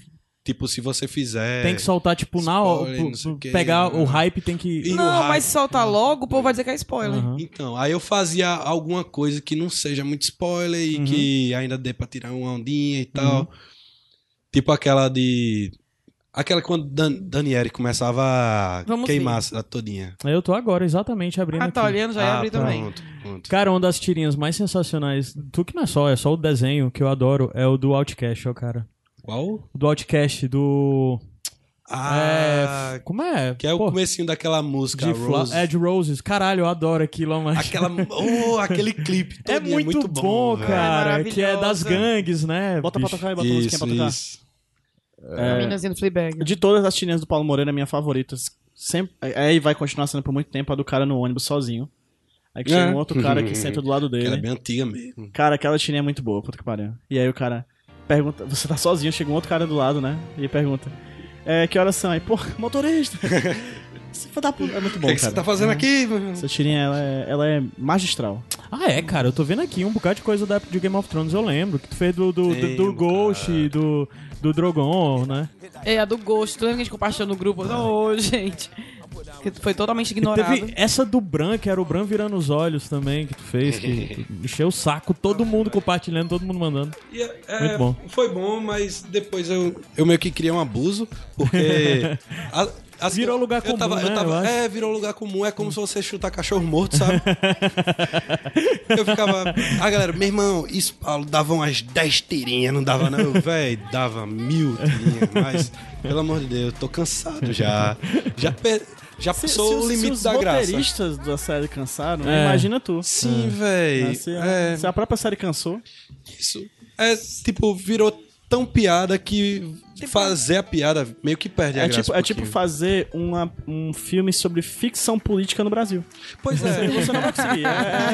Speaker 3: tipo, se você fizer.
Speaker 6: Tem que soltar, tipo, na hora.
Speaker 3: spoiler, não sei o quê. né?
Speaker 6: Pegar o hype tem que.
Speaker 3: E no
Speaker 4: não,
Speaker 3: hype?
Speaker 4: mas se soltar logo, o povo vai dizer que é spoiler.
Speaker 3: Então, aí eu fazia alguma coisa que não seja muito spoiler e que ainda dê pra tirar uma ondinha e tal. Tipo aquela de. Aquela quando Dan Daniele começava a
Speaker 4: Vamos
Speaker 3: queimar
Speaker 4: ver.
Speaker 3: a cidade todinha.
Speaker 6: Eu tô agora, exatamente, abrindo.
Speaker 4: Ah, tá
Speaker 6: aqui.
Speaker 4: olhando, já ia
Speaker 3: Ah,
Speaker 4: abrir também.
Speaker 3: Pronto, pronto.
Speaker 6: Cara, uma das tirinhas mais sensacionais. Tu que não é só, é só o desenho que eu adoro, é o do Outcast, ó, cara.
Speaker 3: Qual?
Speaker 6: O do Outcast, do.
Speaker 3: Ah,
Speaker 6: é. Como é?
Speaker 3: que é o
Speaker 6: Pô,
Speaker 3: comecinho daquela música,
Speaker 6: de Fla-
Speaker 3: Rose.
Speaker 6: É, de Roses. Caralho, eu adoro aquilo, mas.
Speaker 3: Aquela, oh, aquele clipe.
Speaker 6: [laughs] É
Speaker 3: todinho,
Speaker 6: muito, bom,
Speaker 3: velho.
Speaker 6: cara. que é das
Speaker 4: maravilhosa.
Speaker 6: gangues, né?
Speaker 2: Bota pra
Speaker 6: bicho?
Speaker 2: tocar e bota a musiquinha
Speaker 3: Isso,
Speaker 2: pra tocar.
Speaker 3: isso.
Speaker 4: A minazinha do Fleabag.
Speaker 2: De todas as tirinhas do Paulo Moreira, a minha favorita. Sempre, é, e vai continuar sendo por muito tempo a do cara no ônibus sozinho. Aí que chega
Speaker 3: É.
Speaker 2: um outro cara [laughs] que senta do lado
Speaker 3: Ela é
Speaker 2: dele.
Speaker 3: bem antiga mesmo.
Speaker 2: Cara, aquela tirinha é muito boa, puta que pariu. E aí o cara pergunta, você tá sozinho, chega um outro cara do lado, né? E ele pergunta, é, que horas são? Aí, pô,
Speaker 3: [laughs]
Speaker 2: motorista! Você foi dar pro- É muito
Speaker 3: O
Speaker 2: bom,
Speaker 3: que, que
Speaker 2: cara.
Speaker 3: você tá fazendo aqui?
Speaker 2: Essa tirinha, ela é, ela é magistral.
Speaker 6: Ah, é, cara, eu tô vendo aqui um bocado de coisa da época de Game of Thrones, eu lembro. Que tu fez do, do, do, do
Speaker 3: Lembro,
Speaker 6: Ghost, do, do Drogon, né?
Speaker 4: É, a do Ghost. Tu lembra que a gente compartilhou no grupo? Não, ô, gente. Que foi totalmente
Speaker 6: E
Speaker 4: ignorado.
Speaker 6: teve essa do Bran, que era o Bran virando os olhos também, que tu fez, que tu encheu o saco, todo mundo compartilhando, todo mundo mandando.
Speaker 3: E, é,
Speaker 6: Muito bom.
Speaker 3: Foi bom, mas depois eu, eu meio que criei um abuso, porque. a- as-
Speaker 6: Virou lugar
Speaker 3: eu tava-
Speaker 6: comum,
Speaker 3: eu
Speaker 6: né,
Speaker 3: tava-
Speaker 6: eu acho.
Speaker 3: é, virou lugar comum. É como se você chutar cachorro morto, sabe? eu ficava. Ah, galera, meu irmão, isso ah, Paulo, dava umas 10 tirinhas, não dava, não, velho. Dava mil tirinhas, mas, pelo amor de Deus, eu tô cansado já. Já, pe- já passou o
Speaker 2: se
Speaker 3: limite
Speaker 2: os
Speaker 3: da graça.
Speaker 2: roteiristas da série cansaram,
Speaker 6: É.
Speaker 2: imagina tu.
Speaker 3: Sim,
Speaker 2: Né?
Speaker 3: velho.
Speaker 2: Se, a-
Speaker 3: É,
Speaker 2: se a própria série cansou,
Speaker 3: isso. É, tipo, virou tão piada que
Speaker 4: Tipo,
Speaker 3: fazer a piada meio que perde a
Speaker 2: é
Speaker 3: graça.
Speaker 2: tipo,
Speaker 3: um
Speaker 2: é tipo
Speaker 3: pouquinho.
Speaker 2: fazer uma- um filme sobre ficção política no Brasil.
Speaker 3: Pois [laughs] é.
Speaker 2: Você não vai conseguir. é-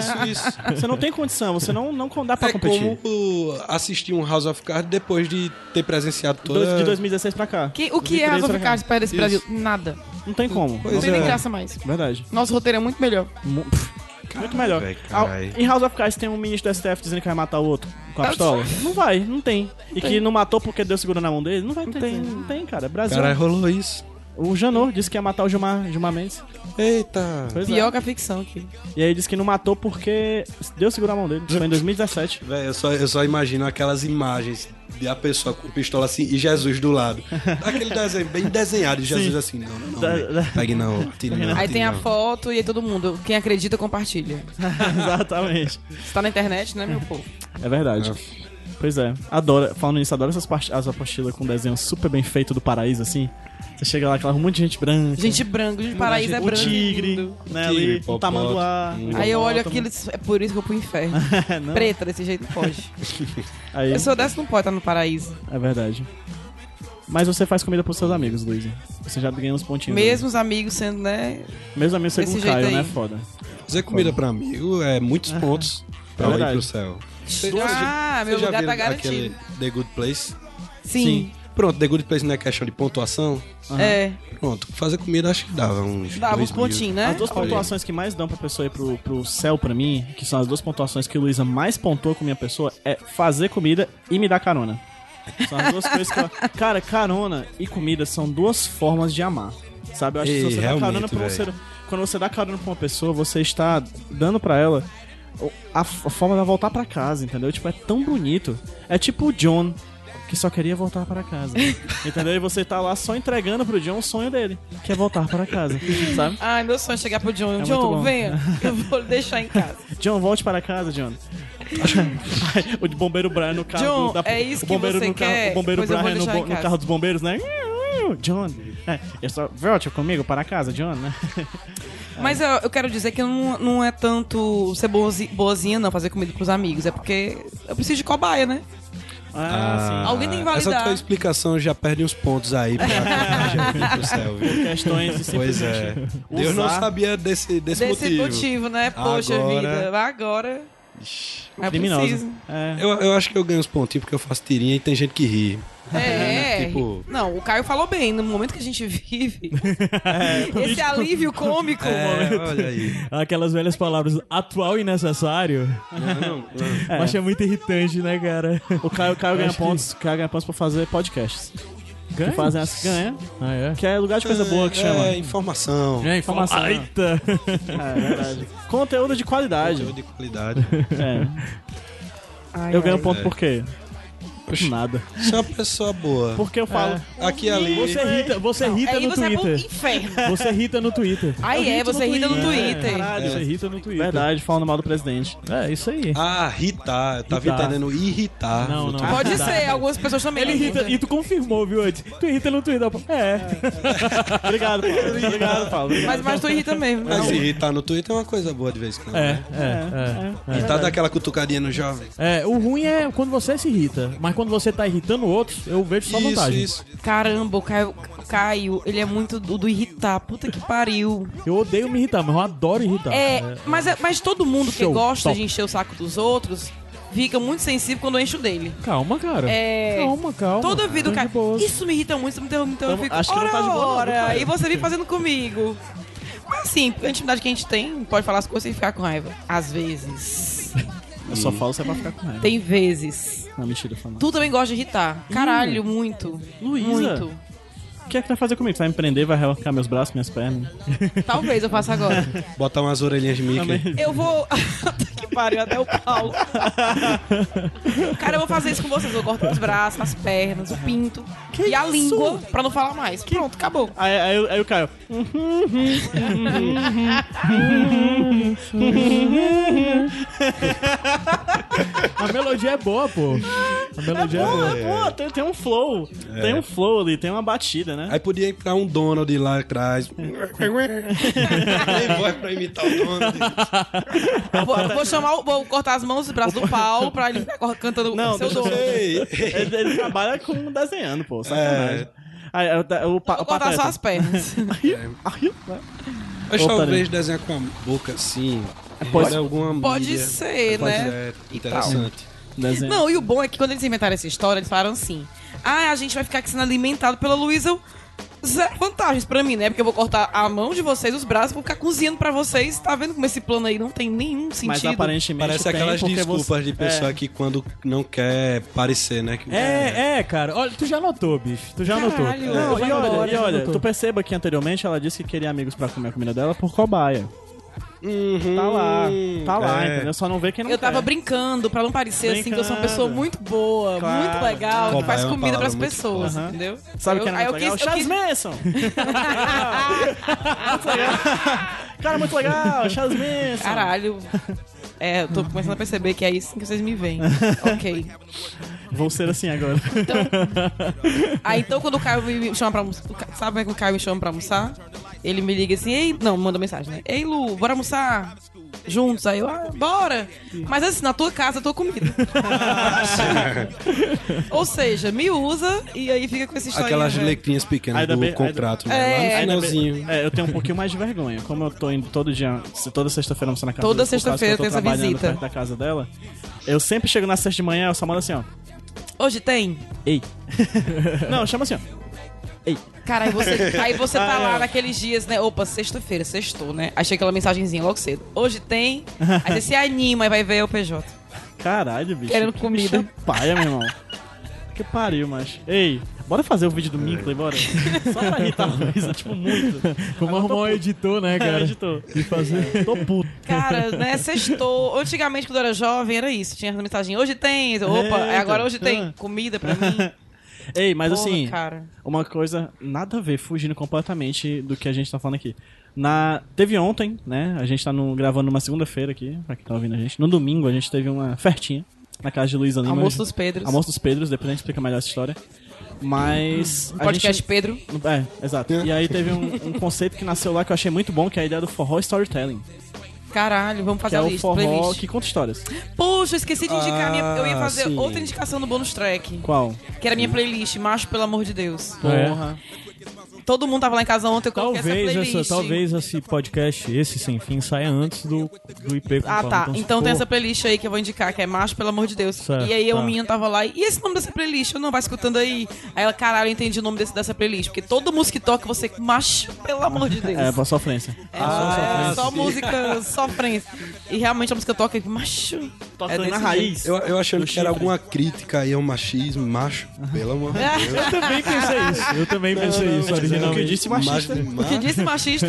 Speaker 2: [laughs]
Speaker 3: Isso, isso.
Speaker 2: Você não tem condição, você não, não dá pra
Speaker 3: É
Speaker 2: competir.
Speaker 3: como o- assistir um House of Cards depois de ter presenciado
Speaker 2: Dois-
Speaker 3: toda...
Speaker 2: De 2016 pra cá.
Speaker 4: Que- o que
Speaker 2: 2013
Speaker 4: é House
Speaker 2: pra
Speaker 4: of
Speaker 2: cá.
Speaker 4: Cards para esse
Speaker 3: Isso.
Speaker 4: Brasil? Nada.
Speaker 2: Não tem como.
Speaker 3: Pois
Speaker 4: Não tem
Speaker 3: é.
Speaker 4: nem graça mais.
Speaker 2: Verdade.
Speaker 4: Nosso roteiro é muito melhor.
Speaker 2: Mu- pff, Muito melhor.
Speaker 3: véi,
Speaker 2: Ah,
Speaker 3: carai.
Speaker 2: em House of Cards tem um ministro do STF dizendo que vai matar o outro com a pistola. Não vai, não tem. E que não matou porque Deus segurou na mão dele? Não vai ter. Não tem, cara. Brasil.
Speaker 3: Caralho, rolou isso.
Speaker 2: O Janot disse que ia matar o Gilmar, Gilmar Mendes.
Speaker 3: Eita.
Speaker 2: Pois é.
Speaker 4: Pior que a ficção aqui.
Speaker 2: E aí ele disse que não matou porque Deus segurou a mão dele. Isso Foi em
Speaker 4: [laughs]
Speaker 2: 2017.
Speaker 3: Véi, eu só, eu só imagino aquelas imagens da pessoa com pistola assim e Jesus
Speaker 2: [laughs]
Speaker 3: do lado. Aquele desenho bem desenhado de Jesus assim. Não, não, não.
Speaker 2: Da-
Speaker 3: véi.
Speaker 2: da-
Speaker 3: Pegue não, atire não.
Speaker 4: Aí
Speaker 3: atire
Speaker 4: tem a
Speaker 3: não.
Speaker 4: foto e aí todo mundo. Quem acredita, compartilha.
Speaker 2: Exatamente.
Speaker 4: Você tá na internet, né, meu povo?
Speaker 2: É verdade. Pois é. Adoro. Falando nisso, adoro essas part- as apostilas com desenho super bem feito do paraíso, assim. Você chega lá, aquela um monte de gente branca.
Speaker 4: Gente branca, gente paraíso é
Speaker 2: o
Speaker 4: branco. e
Speaker 2: tigre,
Speaker 4: lindo.
Speaker 2: né,
Speaker 3: Tigre,
Speaker 2: ali, o
Speaker 3: hipopótamo.
Speaker 2: tamanduá. um
Speaker 4: Aí eu
Speaker 2: hipopótamo.
Speaker 4: olho aquilo e disse, é por isso que eu fui pro inferno.
Speaker 2: Não,
Speaker 4: Preta, desse jeito não pode.
Speaker 2: aí,
Speaker 4: Pessoa dessa não pode estar no paraíso.
Speaker 2: é verdade. Mas você faz comida pros seus amigos, Luiz. Você já ganha uns pontinhos.
Speaker 4: Mesmo os amigos sendo, né?
Speaker 2: Né? Mesmo amigo você com
Speaker 4: desse
Speaker 2: o Caio,
Speaker 4: jeito
Speaker 2: né?
Speaker 4: aí.
Speaker 2: Foda.
Speaker 3: Fazer comida pra amigo é muitos pontos pra ir
Speaker 2: É verdade.
Speaker 3: pro céu. Cê-
Speaker 4: Ah,
Speaker 3: cê
Speaker 4: meu
Speaker 3: já
Speaker 4: lugar tá
Speaker 3: viram
Speaker 4: garantido.
Speaker 3: Aquele The Good Place.
Speaker 4: Sim.
Speaker 3: Pronto, The Good Place não é questão de pontuação.
Speaker 4: É.
Speaker 3: Pronto, fazer comida acho que dava uns.
Speaker 4: Dava
Speaker 3: dois
Speaker 4: uns pontinhos, né?
Speaker 2: As duas pontuações que mais dão pra pessoa ir pro, pro céu pra mim, que são as duas pontuações que o Luísa mais pontuou com minha pessoa, é fazer comida e me dar carona. São as duas coisas que eu... Cara, carona e comida são duas formas de amar. Sabe? Eu acho
Speaker 3: Ei,
Speaker 2: que se você dá
Speaker 3: realmente,
Speaker 2: carona pra você.
Speaker 3: velho.
Speaker 2: Quando você dá carona pra uma pessoa, você está dando pra ela a, a forma dela voltar pra casa, entendeu? Tipo, é tão bonito. É tipo o John. Que só queria voltar pra casa. né? entendeu? E você tá lá só entregando pro John o sonho dele, que é voltar pra casa. Sabe?
Speaker 4: Ai, meu sonho é chegar pro John.
Speaker 2: muito bom.
Speaker 4: John, venha. Eu vou lhe deixar em casa.
Speaker 2: John, volte para casa,
Speaker 4: [laughs]
Speaker 2: John. o de bombeiro Brian no carro
Speaker 4: John,
Speaker 2: do, da,
Speaker 4: é isso
Speaker 2: o bombeiro
Speaker 4: que você
Speaker 2: no carro,
Speaker 4: quer?
Speaker 2: O bombeiro
Speaker 4: Pois eu vou
Speaker 2: Brian no,
Speaker 4: deixar
Speaker 2: bo-
Speaker 4: em
Speaker 2: no
Speaker 4: casa.
Speaker 2: carro dos bombeiros, né? John, é, eu só, volte comigo para casa, John, né?
Speaker 4: É. Mas eu, eu quero dizer que não, não é tanto ser boazi- boazinha, não, fazer comida pros amigos. É porque eu preciso de cobaia, né?
Speaker 2: Ah,
Speaker 4: Alguém tem que validar.
Speaker 3: Essa tua explicação já perde uns pontos aí pra viagem pro
Speaker 4: [laughs]
Speaker 3: céu,
Speaker 2: sim.
Speaker 3: viu?
Speaker 2: Questões de simplesmente
Speaker 3: Pois é. Deus não
Speaker 2: usar
Speaker 3: sabia desse, desse,
Speaker 4: Desse
Speaker 3: motivo.
Speaker 4: motivo, né? Poxa
Speaker 3: Agora-
Speaker 4: vida, agora. É
Speaker 2: criminosa.
Speaker 4: preciso.
Speaker 2: É,
Speaker 3: Eu, eu acho que eu ganho uns pontinhos porque eu faço tirinha e tem gente que ri.
Speaker 4: É,
Speaker 3: Tipo-
Speaker 4: Não, o Caio falou bem. No momento que a gente vive, esse alívio cômico.
Speaker 3: É, olha aí.
Speaker 4: [laughs]
Speaker 6: Aquelas velhas palavras, atual e necessário. [laughs] Eu acho é muito irritante, né, cara?
Speaker 2: O Caio, Caio ganha
Speaker 6: Acho que-
Speaker 2: pontos, Caio ganha pontos pra fazer podcasts.
Speaker 6: Ganha?
Speaker 2: Que fazem as ganha.
Speaker 6: Ah, é?
Speaker 2: Que é lugar de coisa boa que chama.
Speaker 3: É, informação.
Speaker 6: É, informação.
Speaker 2: assim,
Speaker 6: Eita!
Speaker 2: É, verdade. Conteúdo de qualidade.
Speaker 3: De qualidade.
Speaker 2: É.
Speaker 4: Ai,
Speaker 2: Eu
Speaker 4: ai.
Speaker 2: ganho um ponto por quê? Por nada.
Speaker 3: Você é uma pessoa boa.
Speaker 2: Porque eu falo.
Speaker 3: Aqui e ali.
Speaker 6: É. Você irrita, você irrita
Speaker 4: Aí
Speaker 6: no
Speaker 4: você é pro
Speaker 6: Twitter.
Speaker 4: inferno.
Speaker 6: [laughs] Você irrita no Twitter. É,
Speaker 4: Aí é, você irrita no Twitter.
Speaker 6: Caralho, você irrita no Twitter.
Speaker 2: Verdade, falando mal do presidente.
Speaker 6: É, isso aí.
Speaker 3: Ah, irritar. Eu tava
Speaker 6: Irritar.
Speaker 3: entendendo irritar.
Speaker 6: Não, não.
Speaker 4: Ah, Pode ser, algumas pessoas também.
Speaker 6: Ele irrita, e tu confirmou, viu, antes? Tu irrita no Twitter. É. [laughs]
Speaker 2: Obrigado, Paulo. Obrigado, Paulo.
Speaker 4: Mas, mas tu irrita mesmo.
Speaker 3: Mas irritar no Twitter é uma coisa boa de vez em quando.
Speaker 6: É,
Speaker 3: né?
Speaker 6: é, é.
Speaker 3: Irritar dá aquela cutucadinha no jovem.
Speaker 6: É, o ruim é quando você se irrita. Mas quando você tá irritando outros, eu vejo só vantagem.
Speaker 3: Isso, isso.
Speaker 4: Caramba, o Caio, Caio, ele é muito do, do irritar. Puta que pariu.
Speaker 6: Eu odeio me irritar, mas eu adoro irritar.
Speaker 4: É, mas, é- mas todo mundo que
Speaker 6: Show,
Speaker 4: gosta
Speaker 6: top.
Speaker 4: de encher o saco dos outros fica muito sensível quando enche o dele.
Speaker 6: Calma, cara.
Speaker 4: É.
Speaker 6: Calma, calma.
Speaker 4: Toda vida o
Speaker 6: Tá
Speaker 4: cara.
Speaker 6: de boa.
Speaker 4: Isso me irrita muito, isso me interrompe, então eu
Speaker 2: Tamo-
Speaker 4: fico.
Speaker 2: acho que não
Speaker 4: ora,
Speaker 2: tá de boa, não,
Speaker 4: ora,
Speaker 2: cara.
Speaker 4: e você vem fazendo comigo. Mas assim, a intimidade que a gente tem, pode falar as coisas sem ficar com raiva. Às vezes.
Speaker 2: Eu só falo se é pra ficar com raiva.
Speaker 4: Tem vezes.
Speaker 2: Não, mentira, falando.
Speaker 4: Tu também gosta de irritar. Caralho, muito.
Speaker 2: Hum. Luísa.
Speaker 4: Muito.
Speaker 2: O que é que vai fazer comigo? Tu vai me prender, vai arrancar meus braços, minhas pernas.
Speaker 4: Talvez eu faça agora.
Speaker 3: Botar umas orelhinhas de Mickey.
Speaker 4: Eu vou. [laughs] Puta que pariu, até o Paulo. Cara, eu vou fazer isso com vocês. Eu corto os braços, as pernas, o pinto e a língua pra não falar mais. Pronto, acabou.
Speaker 2: Aí, aí, aí o Caio.
Speaker 6: A melodia é boa, pô. A melodia
Speaker 4: Tá
Speaker 6: é boa.
Speaker 2: Pô, tem, tem um flow. Tem um flow ali, tem uma batida, né?
Speaker 3: É. Aí podia entrar um Donald lá atrás. Tem voz pra imitar o Donald.
Speaker 4: Vou, vou chamar, o- vou cortar as mãos e os braços do Paulo pra ele ficar cor- cantando
Speaker 2: Não,
Speaker 4: o seu
Speaker 2: deixa eu
Speaker 4: dono. Vou
Speaker 3: Ei.
Speaker 2: Ele, ele trabalha com desenhando,
Speaker 3: [laughs] É.
Speaker 2: pô. Sacanagem. Aí, aí, o, o, pa- o é
Speaker 4: cortar só
Speaker 2: pateta.
Speaker 4: as
Speaker 2: [laughs]
Speaker 4: pernas.
Speaker 3: Mas
Speaker 2: né? Voltarei.
Speaker 3: talvez desenhar com a boca assim.
Speaker 2: Pode-
Speaker 3: Pode, alguma
Speaker 4: Pode
Speaker 3: mídia.
Speaker 4: ser,
Speaker 3: Pode
Speaker 4: né?
Speaker 3: ser, é Interessante.
Speaker 2: Desenha.
Speaker 4: Não, e o bom é que quando eles inventaram essa história, eles falaram assim: ah, a gente vai ficar aqui sendo alimentado pela Luísa. Eu- Zero vantagens pra mim, né? Porque eu vou cortar a mão de vocês, os braços, vou ficar cozinhando pra vocês. Tá vendo como esse plano aí não tem nenhum sentido?
Speaker 2: Mas aparentemente
Speaker 3: Parece
Speaker 2: tem,
Speaker 3: aquelas
Speaker 2: porque
Speaker 3: desculpas
Speaker 2: você- é.
Speaker 3: de pessoa que quando não quer parecer, né? Que-
Speaker 6: É, é, cara. Olha, tu já notou, bicho. Tu já notou.
Speaker 4: Caralho.
Speaker 2: É. Não,
Speaker 6: Já
Speaker 2: e
Speaker 6: notou,
Speaker 2: olha, e
Speaker 6: já
Speaker 2: olha,
Speaker 6: notou.
Speaker 2: tu perceba que anteriormente ela disse que queria amigos pra comer a comida dela por cobaia. Tá lá, tá lá,
Speaker 3: Uhum. é.
Speaker 2: entendeu? Só não vê quem não
Speaker 4: Eu tava
Speaker 2: quer.
Speaker 4: brincando, pra não parecer assim, que eu sou uma
Speaker 2: Brincando.
Speaker 4: pessoa muito boa,
Speaker 2: Claro.
Speaker 4: muito legal,
Speaker 3: Cobaia
Speaker 4: que faz
Speaker 3: é uma
Speaker 4: comida pras
Speaker 3: palavra muito
Speaker 4: pessoas,
Speaker 2: boa.
Speaker 4: entendeu?
Speaker 2: Sabe
Speaker 4: eu,
Speaker 2: quem não
Speaker 4: aí
Speaker 2: é
Speaker 4: eu
Speaker 2: muito legal?
Speaker 4: quis,
Speaker 2: Charles
Speaker 4: eu quis-
Speaker 2: Manson! Muito legal. Cara, muito legal! Charles Manson!
Speaker 4: [laughs] Caralho. É, eu tô começando a perceber que é isso que vocês
Speaker 2: [laughs]
Speaker 4: me veem. ok.
Speaker 2: Vou ser assim agora.
Speaker 4: Aí então quando o Caio me chama pra almoçar. o Ca- Sabe como é que o Caio me chama pra almoçar? Ele me liga assim, ei. Não, manda mensagem, né? Ei, Lu, bora almoçar? Juntos, aí eu, ah, bora! Mas assim, na tua casa, tua comida. Ou seja, me usa e aí fica com esse história. né?
Speaker 3: Aquelas letrinhas pequenas
Speaker 2: Ainda
Speaker 3: do
Speaker 2: bem- ainda-
Speaker 3: contrato,
Speaker 4: É.
Speaker 3: né? Lá no
Speaker 4: Ainda
Speaker 2: Ainda bem-
Speaker 3: finalzinho.
Speaker 2: É, eu tenho um pouquinho mais de vergonha. Como eu tô indo todo dia, se toda sexta-feira almoçar na casa
Speaker 4: Toda
Speaker 2: dela, por causa
Speaker 4: sexta-feira
Speaker 2: que eu tô
Speaker 4: tem essa
Speaker 2: trabalhando
Speaker 4: visita.
Speaker 2: perto da casa dela, eu sempre chego na sexta de manhã, eu só mando assim, ó. [laughs]
Speaker 4: Hoje tem?
Speaker 2: Ei. Não, chama assim, ó.
Speaker 4: Cara, aí você, aí você tá
Speaker 2: Ah, é.
Speaker 4: lá naqueles dias, né? Opa, sexta-feira, sextou, né? Achei aquela mensagenzinha logo cedo. Hoje tem. Aí você se anima e vai ver o PJ.
Speaker 2: Caralho, bicho.
Speaker 4: Querendo
Speaker 2: que
Speaker 4: comida.
Speaker 2: bicha Paia, meu irmão. Que pariu, macho. Ei, bora fazer o vídeo do Minkley, bora. Só pra irritar a Luísa, tipo, muito.
Speaker 6: Vamos arrumar um editor, né,
Speaker 4: É,
Speaker 6: cara?
Speaker 2: editor.
Speaker 6: E fazer.
Speaker 2: Tô puto.
Speaker 4: Cara, né? Sextou. Antigamente, quando eu era jovem, era isso. Tinha essa mensagem. Hoje tem. Opa, é
Speaker 2: Eita.
Speaker 4: agora hoje tem
Speaker 2: Ah.
Speaker 4: comida pra mim.
Speaker 2: Ei, [laughs] mas
Speaker 4: Porra,
Speaker 2: assim,
Speaker 4: Cara.
Speaker 2: uma coisa nada a ver, fugindo completamente do que a gente tá falando aqui. Na, teve ontem, né? A gente tá no, gravando uma segunda-feira aqui, pra quem tá ouvindo a gente. No domingo a gente teve uma fertinha na casa de Luísa Lima.
Speaker 4: Almoço dos Pedros.
Speaker 2: Almoço dos Pedros, depois a gente explica melhor essa história. Mas. a
Speaker 4: Um Podcast
Speaker 2: gente-
Speaker 4: Pedro.
Speaker 2: É, exato. E aí teve um, um conceito que nasceu lá que eu achei muito bom, que é a ideia do forró storytelling.
Speaker 4: Caralho, vamos
Speaker 2: Que
Speaker 4: fazer
Speaker 2: é
Speaker 4: a
Speaker 2: o
Speaker 4: lista.
Speaker 2: forró
Speaker 4: playlist.
Speaker 2: que conta histórias.
Speaker 4: Poxa, eu esqueci de indicar. a minha... Eu ia
Speaker 3: Ah,
Speaker 4: fazer
Speaker 3: sim.
Speaker 4: outra indicação no bônus track.
Speaker 2: Qual?
Speaker 4: Que era a minha playlist, Macho, pelo amor de Deus.
Speaker 6: É.
Speaker 2: Porra.
Speaker 4: Todo mundo tava lá em casa ontem, eu coloquei
Speaker 6: Talvez,
Speaker 4: é essa
Speaker 6: essa,
Speaker 4: playlist.
Speaker 6: talvez esse podcast, esse sem fim, saia antes do, do IP com
Speaker 4: Ah,
Speaker 6: Paulo.
Speaker 4: tá.
Speaker 6: se
Speaker 4: Então
Speaker 6: for-
Speaker 4: tem essa playlist aí que eu vou indicar, que é Macho, pelo amor de Deus.
Speaker 6: Certo,
Speaker 4: e aí a
Speaker 6: tá.
Speaker 4: menina tava lá, e esse nome dessa playlist? Eu não, vai escutando aí. Aí ela, caralho, eu entendi o nome desse- dessa playlist. Porque todo música que toca, você, macho, pelo amor de Deus.
Speaker 2: É, pra sofrência.
Speaker 4: É, é só música sofrência. E realmente a música toca, macho. é
Speaker 2: Tocando na
Speaker 4: desse
Speaker 2: raiz.
Speaker 3: Eu, eu achando
Speaker 2: Do
Speaker 3: que era
Speaker 2: chifre.
Speaker 3: alguma crítica aí ao machismo, macho.
Speaker 2: [laughs]
Speaker 3: Pelo amor de Deus.
Speaker 4: jeito.
Speaker 6: também pensei isso. Eu também pensei isso
Speaker 2: O que
Speaker 6: originalmente.
Speaker 2: disse machista.
Speaker 3: Macho de
Speaker 4: O que
Speaker 3: macho.
Speaker 6: [laughs]
Speaker 4: disse machista?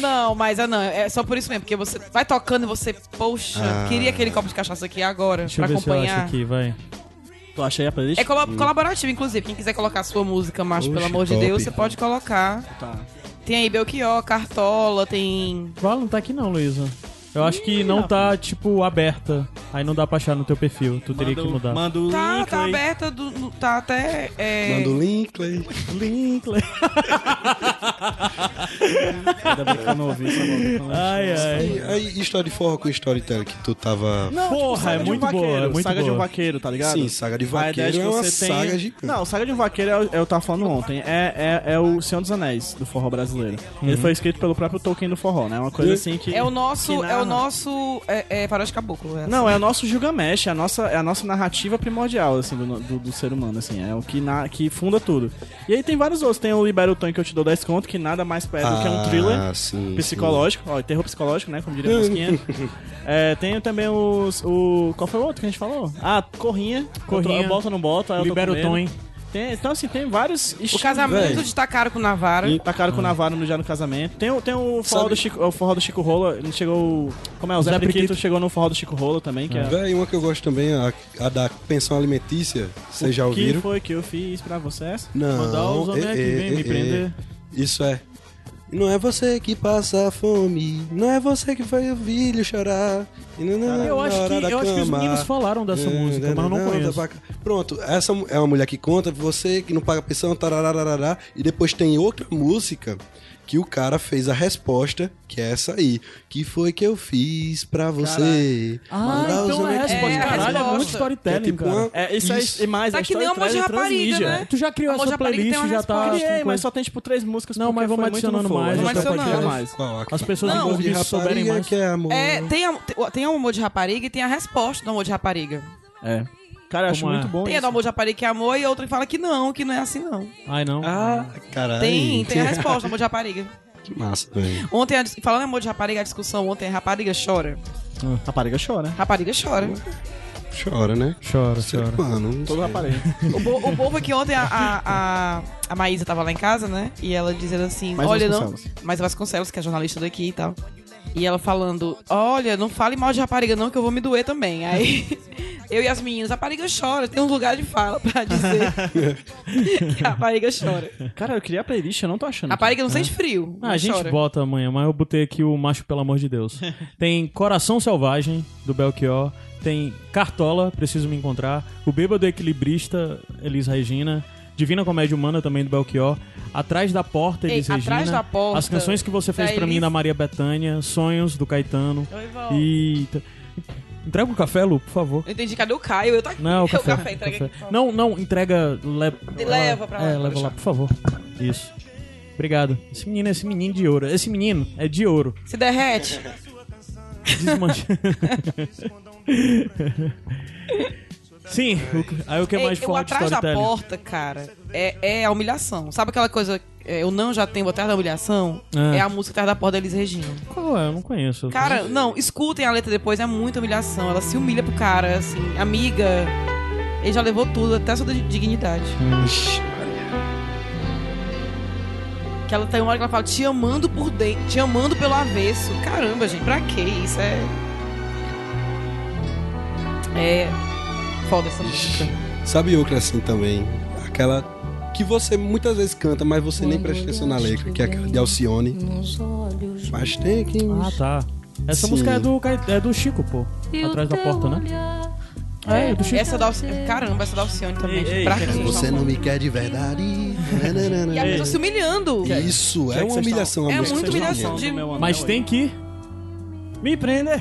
Speaker 4: não, mas é não, é só por isso mesmo, porque você vai tocando e você, poxa, queria aquele copo de cachaça aqui agora,
Speaker 6: Ah. Deixa eu
Speaker 4: pra
Speaker 6: ver se eu acho
Speaker 4: acompanhar.
Speaker 6: aqui, vai.
Speaker 2: Tu achei a playlist?
Speaker 4: É colo- colaborativo, inclusive. Quem quiser colocar a sua música, macho,
Speaker 3: Poxa,
Speaker 4: pelo amor de
Speaker 3: top.
Speaker 4: Deus, você pode colocar.
Speaker 2: Tá.
Speaker 4: Tem aí Belchior, Cartola, tem.
Speaker 6: Vala não tá aqui não, Luísa. Eu acho que não tá, tipo, aberta. Aí não dá pra achar no teu perfil. Tu teria que mudar.
Speaker 2: Manda o
Speaker 4: Tá,
Speaker 2: link
Speaker 4: tá
Speaker 2: aí.
Speaker 4: aberta, do, no- tá até. É...
Speaker 3: Manda o link, Clay.
Speaker 6: Linkley.
Speaker 2: Ainda bem que eu não ouvi essa música.
Speaker 6: Ai, ai.
Speaker 3: E aí, história de forró com storytelling que tu tava.
Speaker 6: Porra, é
Speaker 2: Saga de um
Speaker 6: muito
Speaker 2: vaqueiro,
Speaker 6: boa, é muito
Speaker 2: Saga de um
Speaker 6: boa.
Speaker 2: vaqueiro, tá ligado?
Speaker 3: Sim, saga de
Speaker 2: A ideia
Speaker 3: vaqueiro é
Speaker 2: que
Speaker 3: uma
Speaker 2: você tem...
Speaker 3: saga gigante.
Speaker 2: Não, Saga de um Vaqueiro é o- eu tava falando ontem. É, é, é o Senhor dos Anéis do forró brasileiro.
Speaker 6: Uhum.
Speaker 2: Ele foi escrito pelo próprio Tolkien do forró, né? Uma coisa assim que.
Speaker 4: É o nosso.
Speaker 2: que
Speaker 4: É o
Speaker 2: narra-
Speaker 4: nosso. É, é Faroeste Caboclo. É
Speaker 2: Não, é o nosso Gilgamesh, é a nossa, é a nossa narrativa primordial, assim, do, do, do ser humano, assim. É o que, na, que funda tudo. E aí tem vários outros. Tem o Libera o Tanque, Eu Te Dou 10 Conto, que nada mais perto do que é um thriller.
Speaker 3: Ah, sim.
Speaker 2: Psicológico, ó, terror psicológico, né? Como diria
Speaker 6: [laughs]
Speaker 2: a musiquinha. é, tem também os. O, qual foi o outro que a gente falou? Ah, Corrinha.
Speaker 6: Corrinha.
Speaker 2: Eu, tro- eu boto ou não boto. aí eu tô
Speaker 6: Libera
Speaker 2: com
Speaker 6: o
Speaker 2: medo.
Speaker 6: Tom, hein?
Speaker 2: Tem, então, assim, tem vários
Speaker 4: O
Speaker 2: estilos.
Speaker 4: casamento
Speaker 3: Véi.
Speaker 4: de Takaro com Navara.
Speaker 2: E Tacaram com o Navarro no, já no casamento. Tem, o- tem o, forró
Speaker 3: Sabe-
Speaker 2: do Chico, o forró do Chico Rola. Ele chegou. o- Como é? O Zé,
Speaker 6: Zé
Speaker 2: Priquito,
Speaker 6: Priquito. Hum.
Speaker 2: chegou no forró do Chico Rola também. Que, é,
Speaker 3: Véi, uma que eu gosto também, a, a da pensão alimentícia. Vocês já
Speaker 2: o que
Speaker 3: ouviram?
Speaker 2: foi que eu fiz pra vocês?
Speaker 3: Não.
Speaker 6: Mandar os homens
Speaker 3: é,
Speaker 6: aqui,
Speaker 3: é,
Speaker 6: vem me
Speaker 3: é,
Speaker 6: prender.
Speaker 3: é. Isso é. Não é você que passa fome, não é você que faz o filho chorar. e não- não-
Speaker 6: Eu
Speaker 3: na
Speaker 6: acho
Speaker 3: hora
Speaker 6: que,
Speaker 3: da
Speaker 6: eu acho que os
Speaker 3: cama.
Speaker 6: meninos falaram dessa música, mas eu não conheço.
Speaker 3: Pronto, essa é uma mulher que conta, você que não paga pensão, tararararará, e depois tem outra música que o cara fez a resposta, que é essa aí. Que foi que eu fiz pra você?
Speaker 6: Ah,
Speaker 3: Mandar os
Speaker 6: então é
Speaker 3: homens
Speaker 6: essa,
Speaker 3: aqui.
Speaker 6: pode
Speaker 4: É,
Speaker 6: caralho, é
Speaker 4: resposta.
Speaker 6: muito storytelling,
Speaker 3: É tipo
Speaker 6: cara.
Speaker 3: uma-
Speaker 2: É, isso,
Speaker 3: Isso.
Speaker 2: é e mais.
Speaker 4: Tá
Speaker 2: é
Speaker 4: que nem o Amor de
Speaker 2: storytelling
Speaker 4: Rapariga,
Speaker 2: transmídia.
Speaker 4: né?
Speaker 6: Tu já criou
Speaker 4: A
Speaker 6: essa
Speaker 4: Monja Pariga tem
Speaker 6: playlist,
Speaker 4: uma
Speaker 6: já tá...
Speaker 4: resposta.
Speaker 6: com
Speaker 2: Criei, mas
Speaker 6: coisa-
Speaker 2: só tem tipo três músicas.
Speaker 6: Não,
Speaker 2: porque
Speaker 6: mas vamos
Speaker 2: foi muito no
Speaker 6: adicionando
Speaker 2: fogo.
Speaker 6: mais,
Speaker 2: Vamos
Speaker 4: até pode
Speaker 2: adicionando
Speaker 4: ter
Speaker 2: mais.
Speaker 3: Qual? Aqui.
Speaker 6: As pessoas
Speaker 4: Não,
Speaker 6: não,
Speaker 3: Amor de
Speaker 6: ouvindo souberem
Speaker 3: rapariga
Speaker 6: mais.
Speaker 3: que é amor.
Speaker 4: É, tem, a, tem- tem o amor de rapariga e tem a resposta do amor de rapariga.
Speaker 2: É. Cara, eu acho
Speaker 6: Como é?
Speaker 2: muito bom
Speaker 4: Tem a
Speaker 2: isso.
Speaker 4: do amor de rapariga que é amor e a outra que fala que não, que não é assim não.
Speaker 6: Ai, não.
Speaker 3: Ah, caralho.
Speaker 4: Tem, tem a resposta do amor de rapariga.
Speaker 3: Que massa, velho.
Speaker 4: Ontem, a dis- falando em amor de rapariga, a discussão ontem é rapariga chora.
Speaker 6: Hum,
Speaker 2: Rapariga chora.
Speaker 4: Rapariga chora.
Speaker 3: Chora, né?
Speaker 6: Chora,
Speaker 3: Ser
Speaker 6: chora.
Speaker 3: humano, não
Speaker 2: Todo
Speaker 3: sei.
Speaker 2: rapariga.
Speaker 4: O, bo o povo é que ontem a, a, a, a Maísa tava lá em casa, né? E ela dizendo assim:
Speaker 2: Mais
Speaker 4: Olha, não.
Speaker 2: Vasconcelos.
Speaker 4: Mas Vasconcelos, que é jornalista daqui e tal. E ela falando: Olha, não fale mal de rapariga, não, que eu vou me doer também. Aí [laughs] eu e as meninas: Rapariga chora, tem um lugar de fala pra dizer que a rapariga chora.
Speaker 2: Cara, eu queria a playlist, eu não tô achando.
Speaker 4: Rapariga não sente frio.
Speaker 6: Ah,
Speaker 4: não
Speaker 6: a gente
Speaker 4: chora.
Speaker 6: bota amanhã, mas eu botei aqui o Macho Pelo Amor de
Speaker 4: [laughs]
Speaker 6: Deus. Tem Coração Selvagem, do Belchior. Tem Cartola, Preciso Me Encontrar. O Bêbado Equilibrista, Elis Regina. Divina Comédia Humana, também do Belchior. Atrás da Porta, Elis
Speaker 4: Ei,
Speaker 6: Regina.
Speaker 4: Atrás da Porta,
Speaker 6: As canções que você fez
Speaker 4: da
Speaker 6: pra mim
Speaker 4: Elis.
Speaker 6: da Maria Bethânia. Sonhos, do Caetano.
Speaker 4: Oi, Val.
Speaker 6: Eita. Entrega um café, Lu, por favor.
Speaker 4: Eu entendi, cadê o Caio? Eu tá aqui. [laughs]
Speaker 6: Não, o
Speaker 4: o
Speaker 6: café.
Speaker 4: entrega
Speaker 6: café.
Speaker 4: aqui. por favor.
Speaker 6: Não, não, entrega.
Speaker 4: De-
Speaker 6: Le...
Speaker 4: leva pra lá,
Speaker 6: É,
Speaker 4: pra
Speaker 6: leva
Speaker 4: deixar.
Speaker 6: lá, por favor. Isso. Obrigado. Esse menino é esse menino de ouro. Esse menino é de ouro.
Speaker 4: Se derrete.
Speaker 6: Desmancha. [laughs] Sim, o que- aí o que é mais
Speaker 4: É, o
Speaker 6: forte
Speaker 4: atrás da
Speaker 6: storytelling?
Speaker 4: porta, cara, é, é a humilhação. Sabe aquela coisa, é, eu não já tenho atrás da humilhação?
Speaker 6: Ah.
Speaker 4: É a música atrás da porta da Elis Regina.
Speaker 6: Qual é? Eu não conheço.
Speaker 4: Cara, não, escutem a letra depois, é muita humilhação. Ela se humilha pro cara, assim, amiga. Ele já levou tudo, até a sua dignidade. Que ela tem uma hora que ela fala, te amando por dentro, te amando pelo avesso. Caramba, gente, pra que isso? É. É. Foda essa música.
Speaker 3: Sabe outra assim também? Aquela que você muitas vezes canta, mas você nem presta atenção na letra, que é aquela de Alcione. Mas tem que.
Speaker 6: Ah, tá. Essa
Speaker 3: Sim.
Speaker 6: música é do, Cai- é do Chico, pô. Atrás da porta, né? É, é do Chico.
Speaker 4: Essa da Alcione. Caramba, essa da Alcione também.
Speaker 2: Ei,
Speaker 4: gente,
Speaker 2: ei,
Speaker 4: pra
Speaker 2: cara,
Speaker 4: quê?
Speaker 3: Você não me quer de verdade.
Speaker 4: [laughs] E a
Speaker 3: [laughs]
Speaker 4: pessoa tá se humilhando.
Speaker 3: Isso, é uma humilhação. a
Speaker 4: É
Speaker 3: música
Speaker 4: muito
Speaker 3: do
Speaker 4: humilhação.
Speaker 3: Alcione.
Speaker 4: de-
Speaker 6: Mas tem que.
Speaker 2: Me prender!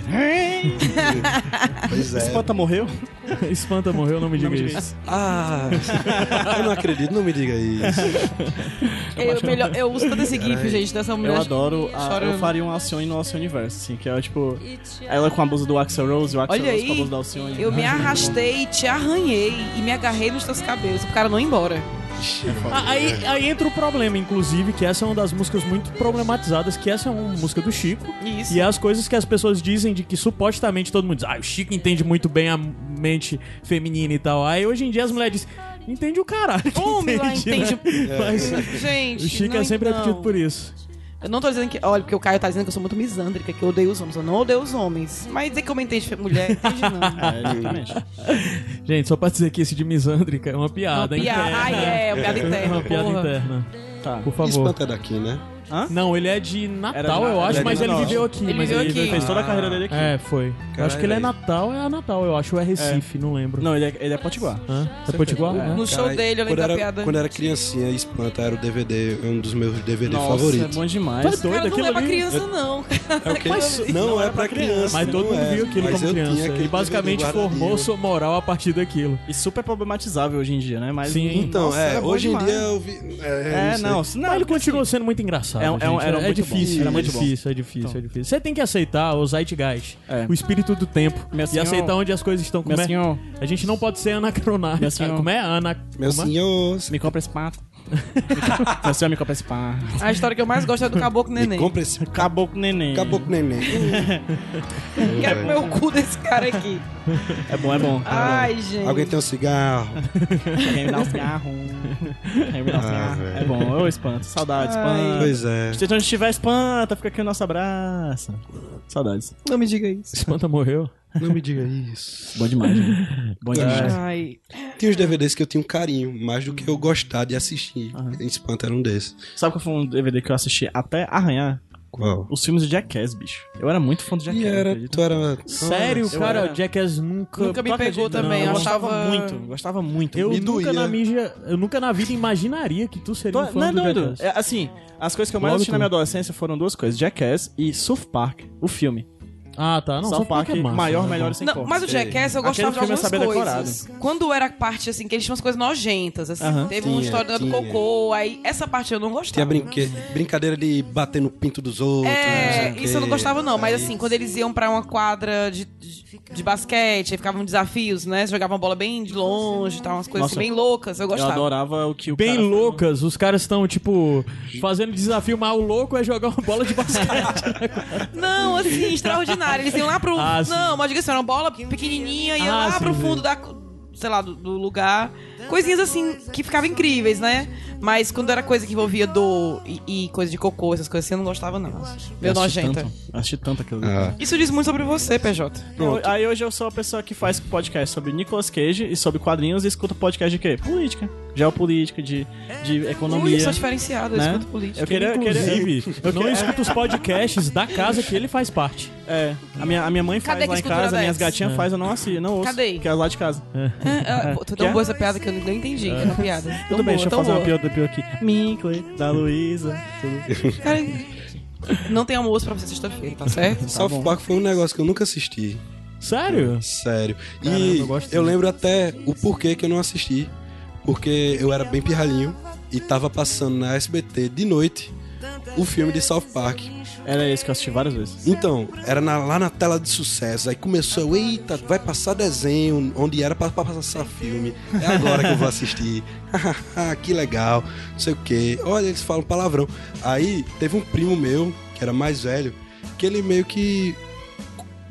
Speaker 3: Pois é.
Speaker 2: Espanta morreu?
Speaker 6: [laughs] Espanta morreu, não me diga isso.
Speaker 3: Ah, [laughs] eu não acredito, não me diga
Speaker 4: [laughs]
Speaker 3: isso.
Speaker 4: Eu, melhor, eu uso todo esse gif, gente, dessa mulher.
Speaker 2: Eu adoro. a- eu
Speaker 4: chorando.
Speaker 2: faria um Alcione no Alcione Universo, assim, que é tipo. Ela com a blusa do Axel Rose e o Axel
Speaker 4: Olha
Speaker 2: Rose com a
Speaker 4: aí,
Speaker 2: blusa do Alcione.
Speaker 4: eu me arrastei, te arranhei e me agarrei nos teus cabelos. O cara não ia embora.
Speaker 6: Ah, Aí, aí entra o problema, inclusive, que essa é uma das músicas muito problematizadas, que essa é uma música do Chico.
Speaker 4: Isso.
Speaker 6: E as coisas que as pessoas dizem de que supostamente todo mundo diz, ah, o Chico entende muito bem a mente feminina e tal. Aí hoje em dia as mulheres dizem, entende o caralho. que
Speaker 4: [laughs] Homem lá
Speaker 6: né?" [laughs]
Speaker 4: entende. [laughs]
Speaker 6: Mas
Speaker 4: Gente,
Speaker 6: o Chico
Speaker 4: não, então.
Speaker 6: é sempre
Speaker 4: não.
Speaker 6: repetido por isso.
Speaker 4: Eu não tô dizendo que. Olha, porque o Caio tá dizendo que eu sou muito misândrica, que eu odeio os homens. Eu não odeio os homens. Mas dizer que eu me entendo de mulher, entende
Speaker 6: [laughs]
Speaker 4: não.
Speaker 2: É, exatamente.
Speaker 6: Gente, só pra dizer que esse de misândrica é uma
Speaker 4: Uma
Speaker 6: piada,
Speaker 4: piada. Ai,
Speaker 6: interna.
Speaker 4: é,
Speaker 6: [laughs]
Speaker 4: uma piada interna.
Speaker 6: uma piada
Speaker 4: porra.
Speaker 6: interna.
Speaker 2: Tá.
Speaker 6: Por favor.
Speaker 3: Espanta daqui, né?
Speaker 6: Não, ele é de
Speaker 2: Era de
Speaker 6: Natal,
Speaker 2: Na-
Speaker 6: eu
Speaker 2: era
Speaker 6: acho,
Speaker 2: de
Speaker 6: mas ele
Speaker 2: Natal.
Speaker 6: viveu aqui.
Speaker 4: Ele
Speaker 6: mas
Speaker 4: viveu aqui.
Speaker 2: Ele fez toda a carreira dele aqui.
Speaker 6: É, foi. eu acho que ele é Natal, é a Natal, eu acho, ou é Recife, não lembro.
Speaker 2: Não, ele é, ele é potiguar.
Speaker 6: Hã? É Potiguar? É.
Speaker 4: No show
Speaker 3: Cara,
Speaker 4: dele, eu
Speaker 3: quando
Speaker 4: lembro da
Speaker 3: era,
Speaker 4: piada.
Speaker 3: Quando era criancinha, Espanta era o DVD, um dos meus DVD
Speaker 2: Nossa,
Speaker 3: favoritos.
Speaker 2: é bom demais.
Speaker 6: Tu é
Speaker 4: O cara
Speaker 6: doido,
Speaker 4: não
Speaker 6: aquilo
Speaker 4: é pra
Speaker 6: ali-
Speaker 4: criança, não.
Speaker 3: É o que
Speaker 6: Mas
Speaker 3: não, é pra criança.
Speaker 6: Mas todo
Speaker 3: não
Speaker 6: mundo
Speaker 3: é.
Speaker 6: viu aquilo
Speaker 3: Mas
Speaker 6: como
Speaker 3: eu tinha
Speaker 6: criança.
Speaker 3: aquele
Speaker 6: Ele basicamente
Speaker 3: DVD
Speaker 6: formou
Speaker 3: guardadinho.
Speaker 6: sua moral a partir daquilo.
Speaker 2: E super problematizável hoje em dia, né? Mas,
Speaker 6: Sim.
Speaker 3: Então,
Speaker 2: nossa,
Speaker 3: é,
Speaker 2: era bom
Speaker 3: hoje em
Speaker 2: demais.
Speaker 3: dia eu vi. É,
Speaker 2: É, não,
Speaker 3: sei.
Speaker 6: Mas ele continua sendo muito engraçado.
Speaker 2: É um- é um-
Speaker 6: gente.
Speaker 2: era muito
Speaker 6: difícil,
Speaker 2: bom.
Speaker 6: é
Speaker 2: Era muito bom. Então.
Speaker 6: difícil, é difícil, é difícil. Você tem que aceitar o Zeitgeist,
Speaker 2: É.
Speaker 6: o espírito do tempo,
Speaker 2: Meu
Speaker 6: e
Speaker 2: senhor-
Speaker 6: aceitar onde as coisas estão. Como
Speaker 2: Meu
Speaker 6: é?
Speaker 2: senhor,
Speaker 6: A gente não pode ser anacronário.
Speaker 2: Meu senhor-
Speaker 6: Como é? Ana...
Speaker 3: Meu
Speaker 6: como é? [laughs]
Speaker 3: senhor,
Speaker 2: me compra esse pato. Meu senhor, me compra esse pato.
Speaker 4: A história que eu
Speaker 3: [laughs]
Speaker 4: mais gosto é do Caboclo
Speaker 3: me
Speaker 4: Neném.
Speaker 3: compra esse
Speaker 2: Caboclo neném.
Speaker 3: caboclo neném.
Speaker 4: Quero comer o é cu desse cara aqui.
Speaker 2: É bom, é bom.
Speaker 4: Ai, gente.
Speaker 3: Alguém tem um cigarro?
Speaker 2: Quem me dá um [laughs] cigarro. Quem me dá um
Speaker 3: Ah,
Speaker 2: cigarro.
Speaker 3: velho.
Speaker 2: É bom, eu espanto. Saudades, espanto.
Speaker 3: Pois é.
Speaker 2: Se onde estiver, espanta. Fica aqui o nosso abraço. Saudades.
Speaker 4: Não me diga isso.
Speaker 6: Espanta morreu.
Speaker 3: Não me diga isso.
Speaker 2: Bom demais, gente. Bom demais.
Speaker 4: Ai.
Speaker 3: Tem os DVDs que eu tenho carinho, mais do que eu gostar de assistir. Espanta era um desses.
Speaker 2: Sabe qual foi um DVD que eu assisti até arranhar?
Speaker 3: Qual?
Speaker 2: Os filmes de Jackass, bicho. Eu era muito fã do Jackass.
Speaker 3: E era,
Speaker 2: acredita?
Speaker 3: tu era.
Speaker 6: Sério,
Speaker 2: eu
Speaker 6: cara,
Speaker 2: era-
Speaker 6: o Jackass nunca.
Speaker 4: Nunca me
Speaker 6: Tu
Speaker 4: pegou
Speaker 6: acredita?
Speaker 4: também,
Speaker 6: Não,
Speaker 2: eu
Speaker 4: eu
Speaker 2: gostava
Speaker 4: achava-
Speaker 2: muito, gostava muito.
Speaker 6: Eu
Speaker 3: Me
Speaker 6: nunca,
Speaker 3: doía.
Speaker 6: na mídia, eu nunca na vida imaginaria que tu seria um
Speaker 2: Tô-
Speaker 6: fã
Speaker 2: não é
Speaker 6: do
Speaker 2: doido?
Speaker 6: Jackass.
Speaker 2: É, assim, as coisas que eu mais
Speaker 6: Logo
Speaker 2: assisti na
Speaker 6: tu.
Speaker 2: minha adolescência foram duas coisas: Jackass e Surf Park, o filme.
Speaker 6: Ah, tá. Não,
Speaker 2: South Park,
Speaker 6: é massa,
Speaker 2: maior,
Speaker 6: né?
Speaker 2: melhor e sem
Speaker 4: Não,
Speaker 2: corte.
Speaker 4: mas o Jackass, eu
Speaker 2: Aquele
Speaker 4: gostava de
Speaker 2: filme é
Speaker 4: algumas
Speaker 2: saber
Speaker 4: coisas. Quando era a parte, assim, que eles tinham umas coisas nojentas, assim.
Speaker 2: Aham.
Speaker 4: Teve uma
Speaker 3: Tinha,
Speaker 4: história do
Speaker 3: tinha.
Speaker 4: cocô, aí essa parte eu não
Speaker 3: Tinha
Speaker 4: gostava.
Speaker 3: brinque... brincadeira de bater no pinto dos outros.
Speaker 4: É,
Speaker 3: sei o
Speaker 4: isso eu não
Speaker 3: quê.
Speaker 4: gostava não, mas
Speaker 3: Aí-
Speaker 4: assim, quando eles iam pra uma quadra de, de, de basquete, aí ficavam desafios, né? Jogavam bola bem de longe, e tal, umas coisas assim,
Speaker 2: Nossa.
Speaker 4: bem loucas, eu
Speaker 2: Eu
Speaker 4: gostava.
Speaker 2: adorava o que o
Speaker 6: Bem
Speaker 2: cara-
Speaker 6: loucas, os caras estão, tipo, fazendo desafio, mas o louco é jogar uma bola de basquete.
Speaker 2: [laughs]
Speaker 4: Não, assim, extraordinário. Eles iam lá pro.
Speaker 6: Ah, sim.
Speaker 4: não, mas diga assim, era uma bola pequenininha, ia
Speaker 6: Ah,
Speaker 4: lá
Speaker 6: sim,
Speaker 4: pro
Speaker 6: sim.
Speaker 4: fundo da. sei lá, do, do lugar. Coisinhas assim que ficavam incríveis, né? Mas quando era coisa que envolvia dor e, e coisa de cocô, essas coisas assim, eu não gostava, não. Meu
Speaker 2: Eu assisti
Speaker 4: nojenta.
Speaker 2: tanto, eu Assisti tanto aquilo.
Speaker 3: Ah,
Speaker 4: Isso diz muito sobre você, PJ.
Speaker 2: Eu- aí hoje eu sou a pessoa que faz podcast sobre Nicolas Cage e sobre quadrinhos e escuta podcast de quê? Política. Geopolítica, de, de
Speaker 4: Ui, eu
Speaker 2: economia.
Speaker 4: sou diferenciado, eu
Speaker 2: né?
Speaker 4: escuto política.
Speaker 2: Eu queria, eu queria-
Speaker 6: Inclusive, não escuta os podcasts da casa que ele faz parte.
Speaker 2: É, a minha, a minha mãe faz
Speaker 4: Cadê que
Speaker 2: lá em
Speaker 4: escultura
Speaker 2: casa,
Speaker 4: dessa?
Speaker 2: minhas gatinhas faz, eu não assisto, não ouço.
Speaker 4: Cadê?
Speaker 2: Que é lá de casa.
Speaker 4: Ah, pô, Tô
Speaker 2: É.
Speaker 4: tão
Speaker 2: Quer? É.
Speaker 4: boa essa piada que eu nem entendi. que era uma piada. Tão
Speaker 2: Tudo bem,
Speaker 4: boa,
Speaker 2: deixa eu
Speaker 4: tão
Speaker 2: fazer uma
Speaker 4: boa.
Speaker 2: pior pior aqui. Minkley, da Luísa. tudo.
Speaker 4: Cara, não tem almoço pra você sexta-feira, tá certo?
Speaker 3: South Park foi um negócio que eu nunca assisti.
Speaker 6: Sério?
Speaker 3: Sério.
Speaker 6: Caramba,
Speaker 3: e
Speaker 6: eu
Speaker 3: eu,
Speaker 6: gosto
Speaker 3: lembro até o porquê que eu não assisti. Porque eu era bem pirralhinho e tava passando na SBT de noite o filme de South Park.
Speaker 2: Era esse que eu assisti várias vezes.
Speaker 3: Então, era na- lá na tela de sucesso. Aí começou, eu, eita, vai passar desenho, onde era pra, pra passar filme. É agora que eu vou assistir. [laughs] Ah, que legal, não sei o quê. Olha, eles falam palavrão. Aí teve um primo meu, que era mais velho, que ele meio que.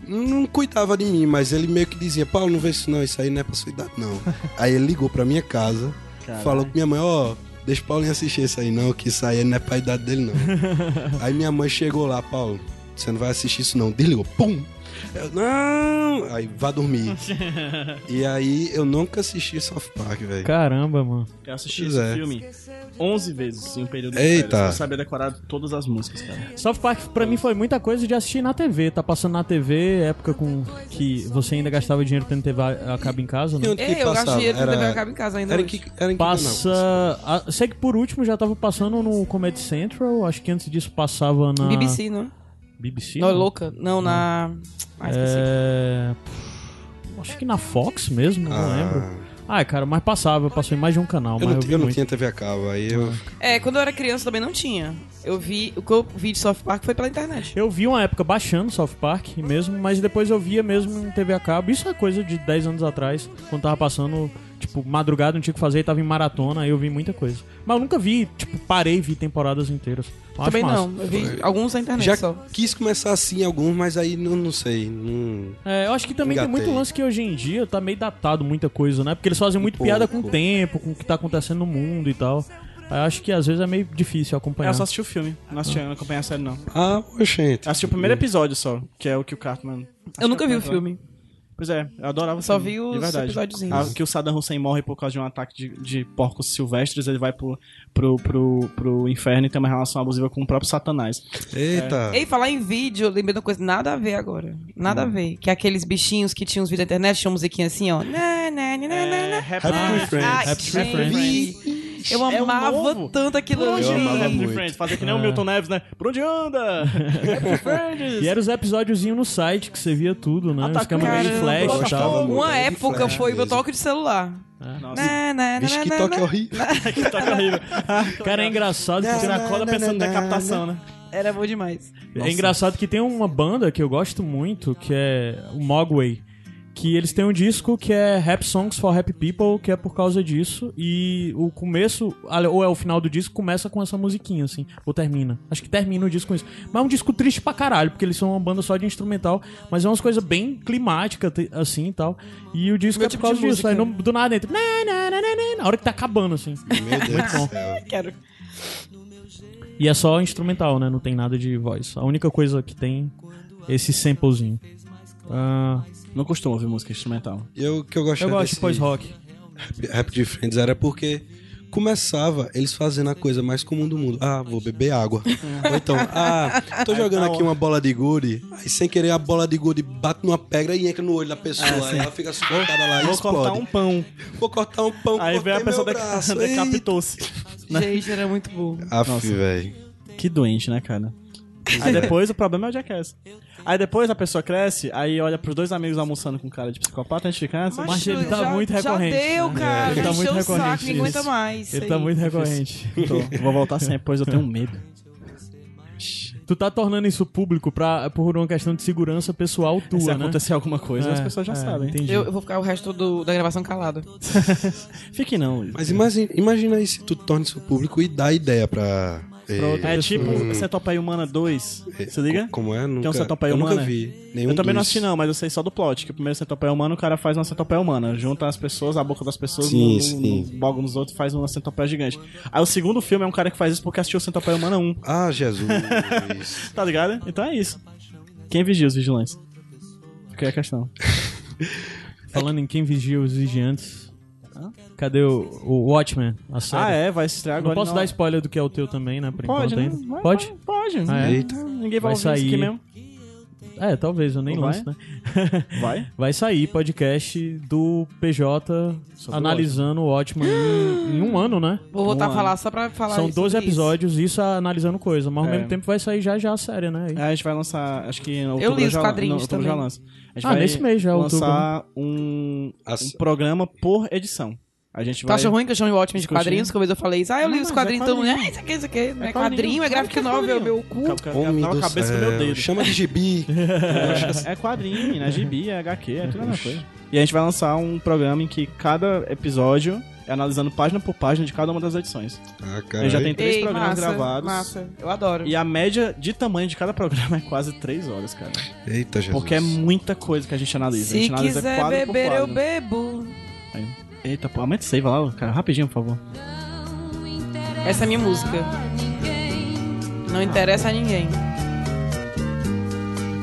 Speaker 3: Não cuidava de mim, mas ele meio que dizia: Paulo, não vê isso não, isso aí não é pra sua idade não.
Speaker 6: [laughs]
Speaker 3: aí ele ligou pra minha casa, falou com minha mãe: Ó, deixa o Paulinho assistir isso aí não, que isso aí não é pra idade dele
Speaker 6: [laughs]
Speaker 3: não. Aí minha mãe chegou lá, Paulo, você não vai assistir isso não. Desligou, pum! Eu, não! Aí,
Speaker 6: [laughs]
Speaker 3: vá dormir. e aí, eu nunca assisti South Park, velho.
Speaker 6: Caramba, mano.
Speaker 2: Eu assisti
Speaker 3: Pois
Speaker 2: esse
Speaker 3: é.
Speaker 2: filme 11 vezes em um período de
Speaker 3: Eita.
Speaker 2: férias, pra saber decorar todas as músicas, cara.
Speaker 6: South Park pra mim foi muita coisa de assistir na TV. Tá passando na TV, época com que você ainda gastava dinheiro tendo TV a a cabo em casa,
Speaker 3: E
Speaker 6: né?
Speaker 3: onde que
Speaker 4: É, eu gasto
Speaker 3: passava?
Speaker 4: dinheiro pra TV
Speaker 3: Era,
Speaker 4: acaba em casa ainda.
Speaker 3: era em
Speaker 4: hoje.
Speaker 3: que, era em que canal?
Speaker 6: Passa. a- sei
Speaker 2: Ah.
Speaker 6: que por último já tava passando no Comedy Central, acho que antes disso passava na.
Speaker 4: BBC, não?
Speaker 6: BBC?
Speaker 4: Não, é louca? Não, na. Ah, esqueci.
Speaker 6: É... pff, Acho que na Fox mesmo, não
Speaker 3: Ah.
Speaker 6: lembro. Ah, cara, mas passava, passou em mais de um canal,
Speaker 3: Eu
Speaker 6: mas
Speaker 3: não,
Speaker 6: eu
Speaker 3: ti-
Speaker 6: vi
Speaker 3: eu não
Speaker 6: muito. Ah.
Speaker 3: tinha TV a cabo, aí eu.
Speaker 4: É, quando eu era criança também não tinha. Eu vi. O que eu vi de South Park foi pela internet.
Speaker 6: Eu vi uma época baixando South Park mesmo, mas depois eu via mesmo em TV a cabo. Isso é coisa de 10 anos atrás, quando tava passando, tipo, madrugada, não tinha o que fazer, e tava em maratona, aí eu vi muita coisa. Mas eu nunca vi, tipo, parei e vi temporadas inteiras. Eu acho
Speaker 4: também
Speaker 6: massa.
Speaker 4: não. Eu vi alguns na internet
Speaker 3: Já
Speaker 4: só.
Speaker 3: quis começar assim alguns, mas aí não, não sei. Não...
Speaker 6: É, eu acho que também tem
Speaker 3: Engatei.
Speaker 6: muito lance que hoje em dia tá meio datado muita coisa, né? Porque eles fazem muito piada com o
Speaker 3: Um pouco.
Speaker 6: tempo, com o que tá acontecendo no mundo e tal. Aí Eu acho que às vezes é meio difícil acompanhar.
Speaker 2: Eu só assisti o filme. Não assisti, não acompanhei a série, não.
Speaker 3: Ah, gente.
Speaker 2: Eu assisti o primeiro episódio só, que é o que o Cartman.
Speaker 4: Eu nunca vi o filme.
Speaker 2: Pois é, eu adorava o
Speaker 4: Só
Speaker 2: filme,
Speaker 4: vi
Speaker 2: de
Speaker 4: os
Speaker 2: verdade.
Speaker 4: episódiozinhos.
Speaker 2: Ah, que o Saddam Hussein morre por causa de um ataque de, de porcos silvestres, ele vai pro, pro, pro, pro inferno e tem uma relação abusiva com o próprio Satanás.
Speaker 3: Eita.
Speaker 4: Ei, falar em vídeo, eu lembrei de uma coisa, nada a ver agora.
Speaker 3: Hum.
Speaker 4: Nada a ver. Que é aqueles bichinhos que tinham os vídeos da internet, tinha uma musiquinha assim, ó. Na, na, na, na, na, na.
Speaker 3: Happy é Friends.
Speaker 4: né, Ai,
Speaker 6: Happy Friends.
Speaker 4: gente, eu
Speaker 2: É o
Speaker 4: amava
Speaker 2: novo.
Speaker 4: tanto aquilo
Speaker 2: Por onde
Speaker 3: Eu
Speaker 4: ali.
Speaker 2: anda,
Speaker 3: amava
Speaker 2: Happy
Speaker 3: muito.
Speaker 2: Friends? Fazer que nem o Milton Neves, né? Por onde anda? Happy Friends!
Speaker 6: E eram os episódiozinhos no site que você via tudo, né? Os
Speaker 2: Atacando
Speaker 6: câmeras de
Speaker 4: Caramba.
Speaker 6: flash e
Speaker 3: Gostava
Speaker 6: tal.
Speaker 3: muito.
Speaker 4: Uma
Speaker 3: Era de
Speaker 4: época
Speaker 3: flash
Speaker 4: foi meu
Speaker 3: mesmo.
Speaker 4: toque de celular. Né,
Speaker 2: Nossa,
Speaker 4: Na, na, na,
Speaker 3: Vixe, que
Speaker 2: né,
Speaker 4: na,
Speaker 3: toque
Speaker 4: na.
Speaker 3: horrível.
Speaker 2: [laughs] que [laughs] toque horrível.
Speaker 6: Cara, é engraçado que
Speaker 2: Você na cola pensando na captação, né?
Speaker 4: Era bom demais.
Speaker 6: É engraçado que tem uma banda que eu gosto muito, que é o Mogwai. Que eles têm um disco que é Rap Songs for Happy People, que é por causa disso. E o começo, ali- ou é o final do disco, começa com essa musiquinha, assim. Ou termina. Acho que termina o disco com isso. Mas é um disco triste pra caralho, porque eles são uma banda só de instrumental. Mas é umas coisas bem climáticas, te- assim e tal. E o disco
Speaker 4: Meu
Speaker 6: é por
Speaker 4: tipo
Speaker 6: causa
Speaker 4: de
Speaker 6: disso.
Speaker 4: música.
Speaker 6: Aí não- do nada entra. Na, na, na, na, na, na hora que tá acabando, assim.
Speaker 3: Meu Deus do céu.
Speaker 4: Quero.
Speaker 6: E é só instrumental, né? Não tem nada de voz. A única coisa que tem é esse samplezinho. Ah,
Speaker 2: Não costumo ouvir música instrumental.
Speaker 3: Eu que eu
Speaker 6: eu
Speaker 3: gostava
Speaker 6: gosto de
Speaker 3: desse
Speaker 6: pós-rock.
Speaker 3: Rap de Friends era porque começava eles fazendo a coisa mais comum do mundo. Ah, vou beber
Speaker 2: [laughs]
Speaker 3: água. Ou então, ah, tô
Speaker 2: tá
Speaker 3: jogando aqui uma bola de gude. Aí sem querer a bola de gude bate numa pedra e entra no olho da pessoa. aí ela fica sufocada lá e
Speaker 2: É, Vou
Speaker 3: explode.
Speaker 2: cortar um pão.
Speaker 3: Vou cortar um pão,
Speaker 2: Aí vem a
Speaker 3: cortei
Speaker 2: pessoa
Speaker 3: meu
Speaker 2: deca- [laughs]
Speaker 3: braço.
Speaker 2: decapitou-se.
Speaker 3: Né?
Speaker 4: Gente, era muito bom.
Speaker 3: Aff, velho.
Speaker 2: Que doente, né, cara? Aí depois o problema é o Jackass. Aí depois a pessoa cresce, aí olha pros dois amigos almoçando com um cara de psicopata, a gente fica... Ah, você-
Speaker 6: Mas ele tá muito recorrente,
Speaker 4: Já deu,
Speaker 6: né?
Speaker 4: cara.
Speaker 6: Ele tá
Speaker 4: Já
Speaker 6: muito
Speaker 4: encheu o saco,
Speaker 6: recorrente,
Speaker 4: ninguém aguenta
Speaker 6: isso.
Speaker 4: mais.
Speaker 6: Ele
Speaker 4: isso
Speaker 6: tá
Speaker 4: aí.
Speaker 6: muito recorrente.
Speaker 2: Tô, vou voltar sempre, pois eu tenho um medo.
Speaker 6: Tu tá tornando isso público pra, por uma questão de segurança pessoal tua,
Speaker 2: Se
Speaker 6: né?
Speaker 2: acontecer alguma coisa,
Speaker 6: É,
Speaker 2: as pessoas já
Speaker 6: é,
Speaker 2: sabem.
Speaker 6: Entendi.
Speaker 4: Eu, eu vou ficar o resto do- da gravação calado.
Speaker 2: Fique não, Luiz.
Speaker 3: Mas imagina, imagina aí se tu torna isso público e dá ideia pra...
Speaker 2: Pra outra
Speaker 3: eh,
Speaker 2: É tipo Centopeia Humana 2,
Speaker 3: eh,
Speaker 2: se liga?
Speaker 3: co- Como é? Nunca,
Speaker 2: centopeia
Speaker 3: eu nunca
Speaker 2: humana?
Speaker 3: vi. Nenhum
Speaker 2: Eu também não
Speaker 3: dos-
Speaker 2: assisti não, mas eu sei só do plot, que o primeiro centopeia humana, o cara faz uma centopeia humana, junta as pessoas, a boca das pessoas,
Speaker 3: Sim,
Speaker 2: no-
Speaker 3: sim.
Speaker 2: no- boga nos outros, faz uma centopeia gigante. Aí o segundo filme é um cara que faz isso porque assistiu Centopeia Humana 1, [laughs]
Speaker 3: Ah, Jesus.
Speaker 2: tá ligado? Então é isso. Quem vigia os vigilantes? Fica aí a questão.
Speaker 6: Falando em quem vigia os vigiantes. Cadê o, o Watchmen? A série?
Speaker 2: Ah, é, vai se estrear
Speaker 6: Eu
Speaker 2: agora.
Speaker 6: Não posso
Speaker 2: em
Speaker 6: dar
Speaker 2: nove-
Speaker 6: spoiler do que é o teu também, né? Por
Speaker 2: Pode,
Speaker 6: enquanto
Speaker 2: né?
Speaker 6: ainda.
Speaker 2: Vai-
Speaker 6: Pode?
Speaker 2: vai- Pode.
Speaker 6: Ah, é?
Speaker 2: Eita. Ninguém vai,
Speaker 6: Vai
Speaker 2: ouvir isso aqui
Speaker 6: sair.
Speaker 2: mesmo.
Speaker 6: É, talvez, eu nem
Speaker 2: Vai?
Speaker 6: lance, né?
Speaker 2: Vai.
Speaker 6: Vai sair podcast do PJ
Speaker 2: Sobre
Speaker 6: analisando o Watchmen em, em um ano, né?
Speaker 4: Vou voltar
Speaker 2: Boa.
Speaker 4: a falar só pra falar
Speaker 6: São
Speaker 4: sobre
Speaker 6: 12
Speaker 4: isso.
Speaker 6: episódios, isso analisando coisa, mas ao
Speaker 2: É.
Speaker 6: mesmo tempo vai sair já já a série, né? Aí.
Speaker 2: É, a gente vai lançar, acho que em outubro
Speaker 4: li os
Speaker 2: já, lan-
Speaker 4: quadrinhos
Speaker 2: não, outubro
Speaker 4: também.
Speaker 2: já lança. A gente
Speaker 6: Ah,
Speaker 2: vai
Speaker 6: nesse mês já, outubro, né?
Speaker 2: lançar um,
Speaker 3: As-
Speaker 2: um programa por edição. A gente
Speaker 4: Tu
Speaker 2: vai
Speaker 4: acha Tá ruim que eu chame o Watchmen de
Speaker 2: discutir.
Speaker 4: quadrinhos? Que uma vez eu falei isso. Ah, eu li
Speaker 2: Não,
Speaker 4: os
Speaker 2: mas é
Speaker 4: quadrinhos, todo mundo.
Speaker 2: quadrinho.
Speaker 4: Ah, isso aqui, isso aqui. Não é,
Speaker 2: É quadrinho,
Speaker 4: quadrinho, é
Speaker 2: claro que
Speaker 4: gráfico
Speaker 2: é
Speaker 4: novel,
Speaker 2: quadrinho.
Speaker 4: meu cu.
Speaker 2: Ca- ca-
Speaker 3: Homem
Speaker 2: Tava
Speaker 3: do
Speaker 2: a cabeça
Speaker 3: céu.
Speaker 2: do meu dedo.
Speaker 3: Chama
Speaker 2: [laughs]
Speaker 3: de gibi.
Speaker 2: É quadrinho, né? Gibi, é HQ, é tudo a mesma coisa. E a gente vai lançar um programa em que cada episódio é analisando página por página de cada uma das edições. A
Speaker 3: Ah,
Speaker 2: gente já tem
Speaker 3: caralho.
Speaker 2: três
Speaker 4: Ei,
Speaker 2: programas
Speaker 4: massa,
Speaker 2: gravados.
Speaker 4: Massa, eu adoro.
Speaker 2: E a média de tamanho de cada programa é quase três horas, cara.
Speaker 3: Eita, Jesus.
Speaker 2: Porque é muita coisa que a gente analisa. a
Speaker 4: Se
Speaker 2: gente analisa
Speaker 4: quiser
Speaker 2: quadro por
Speaker 4: beber, eu
Speaker 2: quadro.
Speaker 4: bebo.
Speaker 2: Eita, pô, aumenta o save lá, cara, rapidinho, por favor.
Speaker 4: Essa é a minha música. Não interessa a ninguém.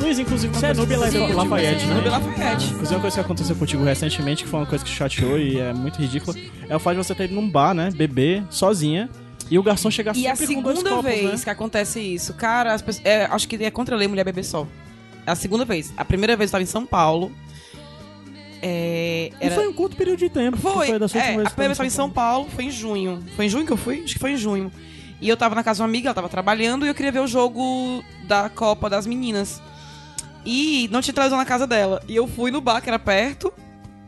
Speaker 2: Luiz, inclusive, você é noob
Speaker 4: Sim,
Speaker 2: Lafayette,
Speaker 4: Nubia
Speaker 2: né?
Speaker 4: Lafayette.
Speaker 2: Inclusive, uma coisa que aconteceu contigo recentemente, que foi uma coisa que te chateou e é muito ridícula, é o fato de você ter ido num bar, né? Beber, sozinha, e o garçom chegar
Speaker 4: E
Speaker 2: sempre
Speaker 4: a
Speaker 2: com dois
Speaker 4: segunda
Speaker 2: copos,
Speaker 4: vez
Speaker 2: né?
Speaker 4: que acontece isso, cara, as pessoas, é, acho que é contra a lei mulher beber só. É a segunda vez. A primeira vez eu tava em São Paulo. É,
Speaker 6: E
Speaker 4: era...
Speaker 6: foi um curto período de tempo. que
Speaker 4: Foi,
Speaker 6: foi da sua
Speaker 4: é,
Speaker 6: última vez
Speaker 4: a
Speaker 6: que
Speaker 4: primeira
Speaker 6: foi
Speaker 4: vez eu tava em São Paulo, foi em junho. Foi em junho que eu fui? Acho que foi em junho. E eu tava na casa de uma amiga, ela tava trabalhando, e eu queria ver o jogo da Copa das Meninas. E não tinha televisão na casa dela. E eu fui no bar, que era perto,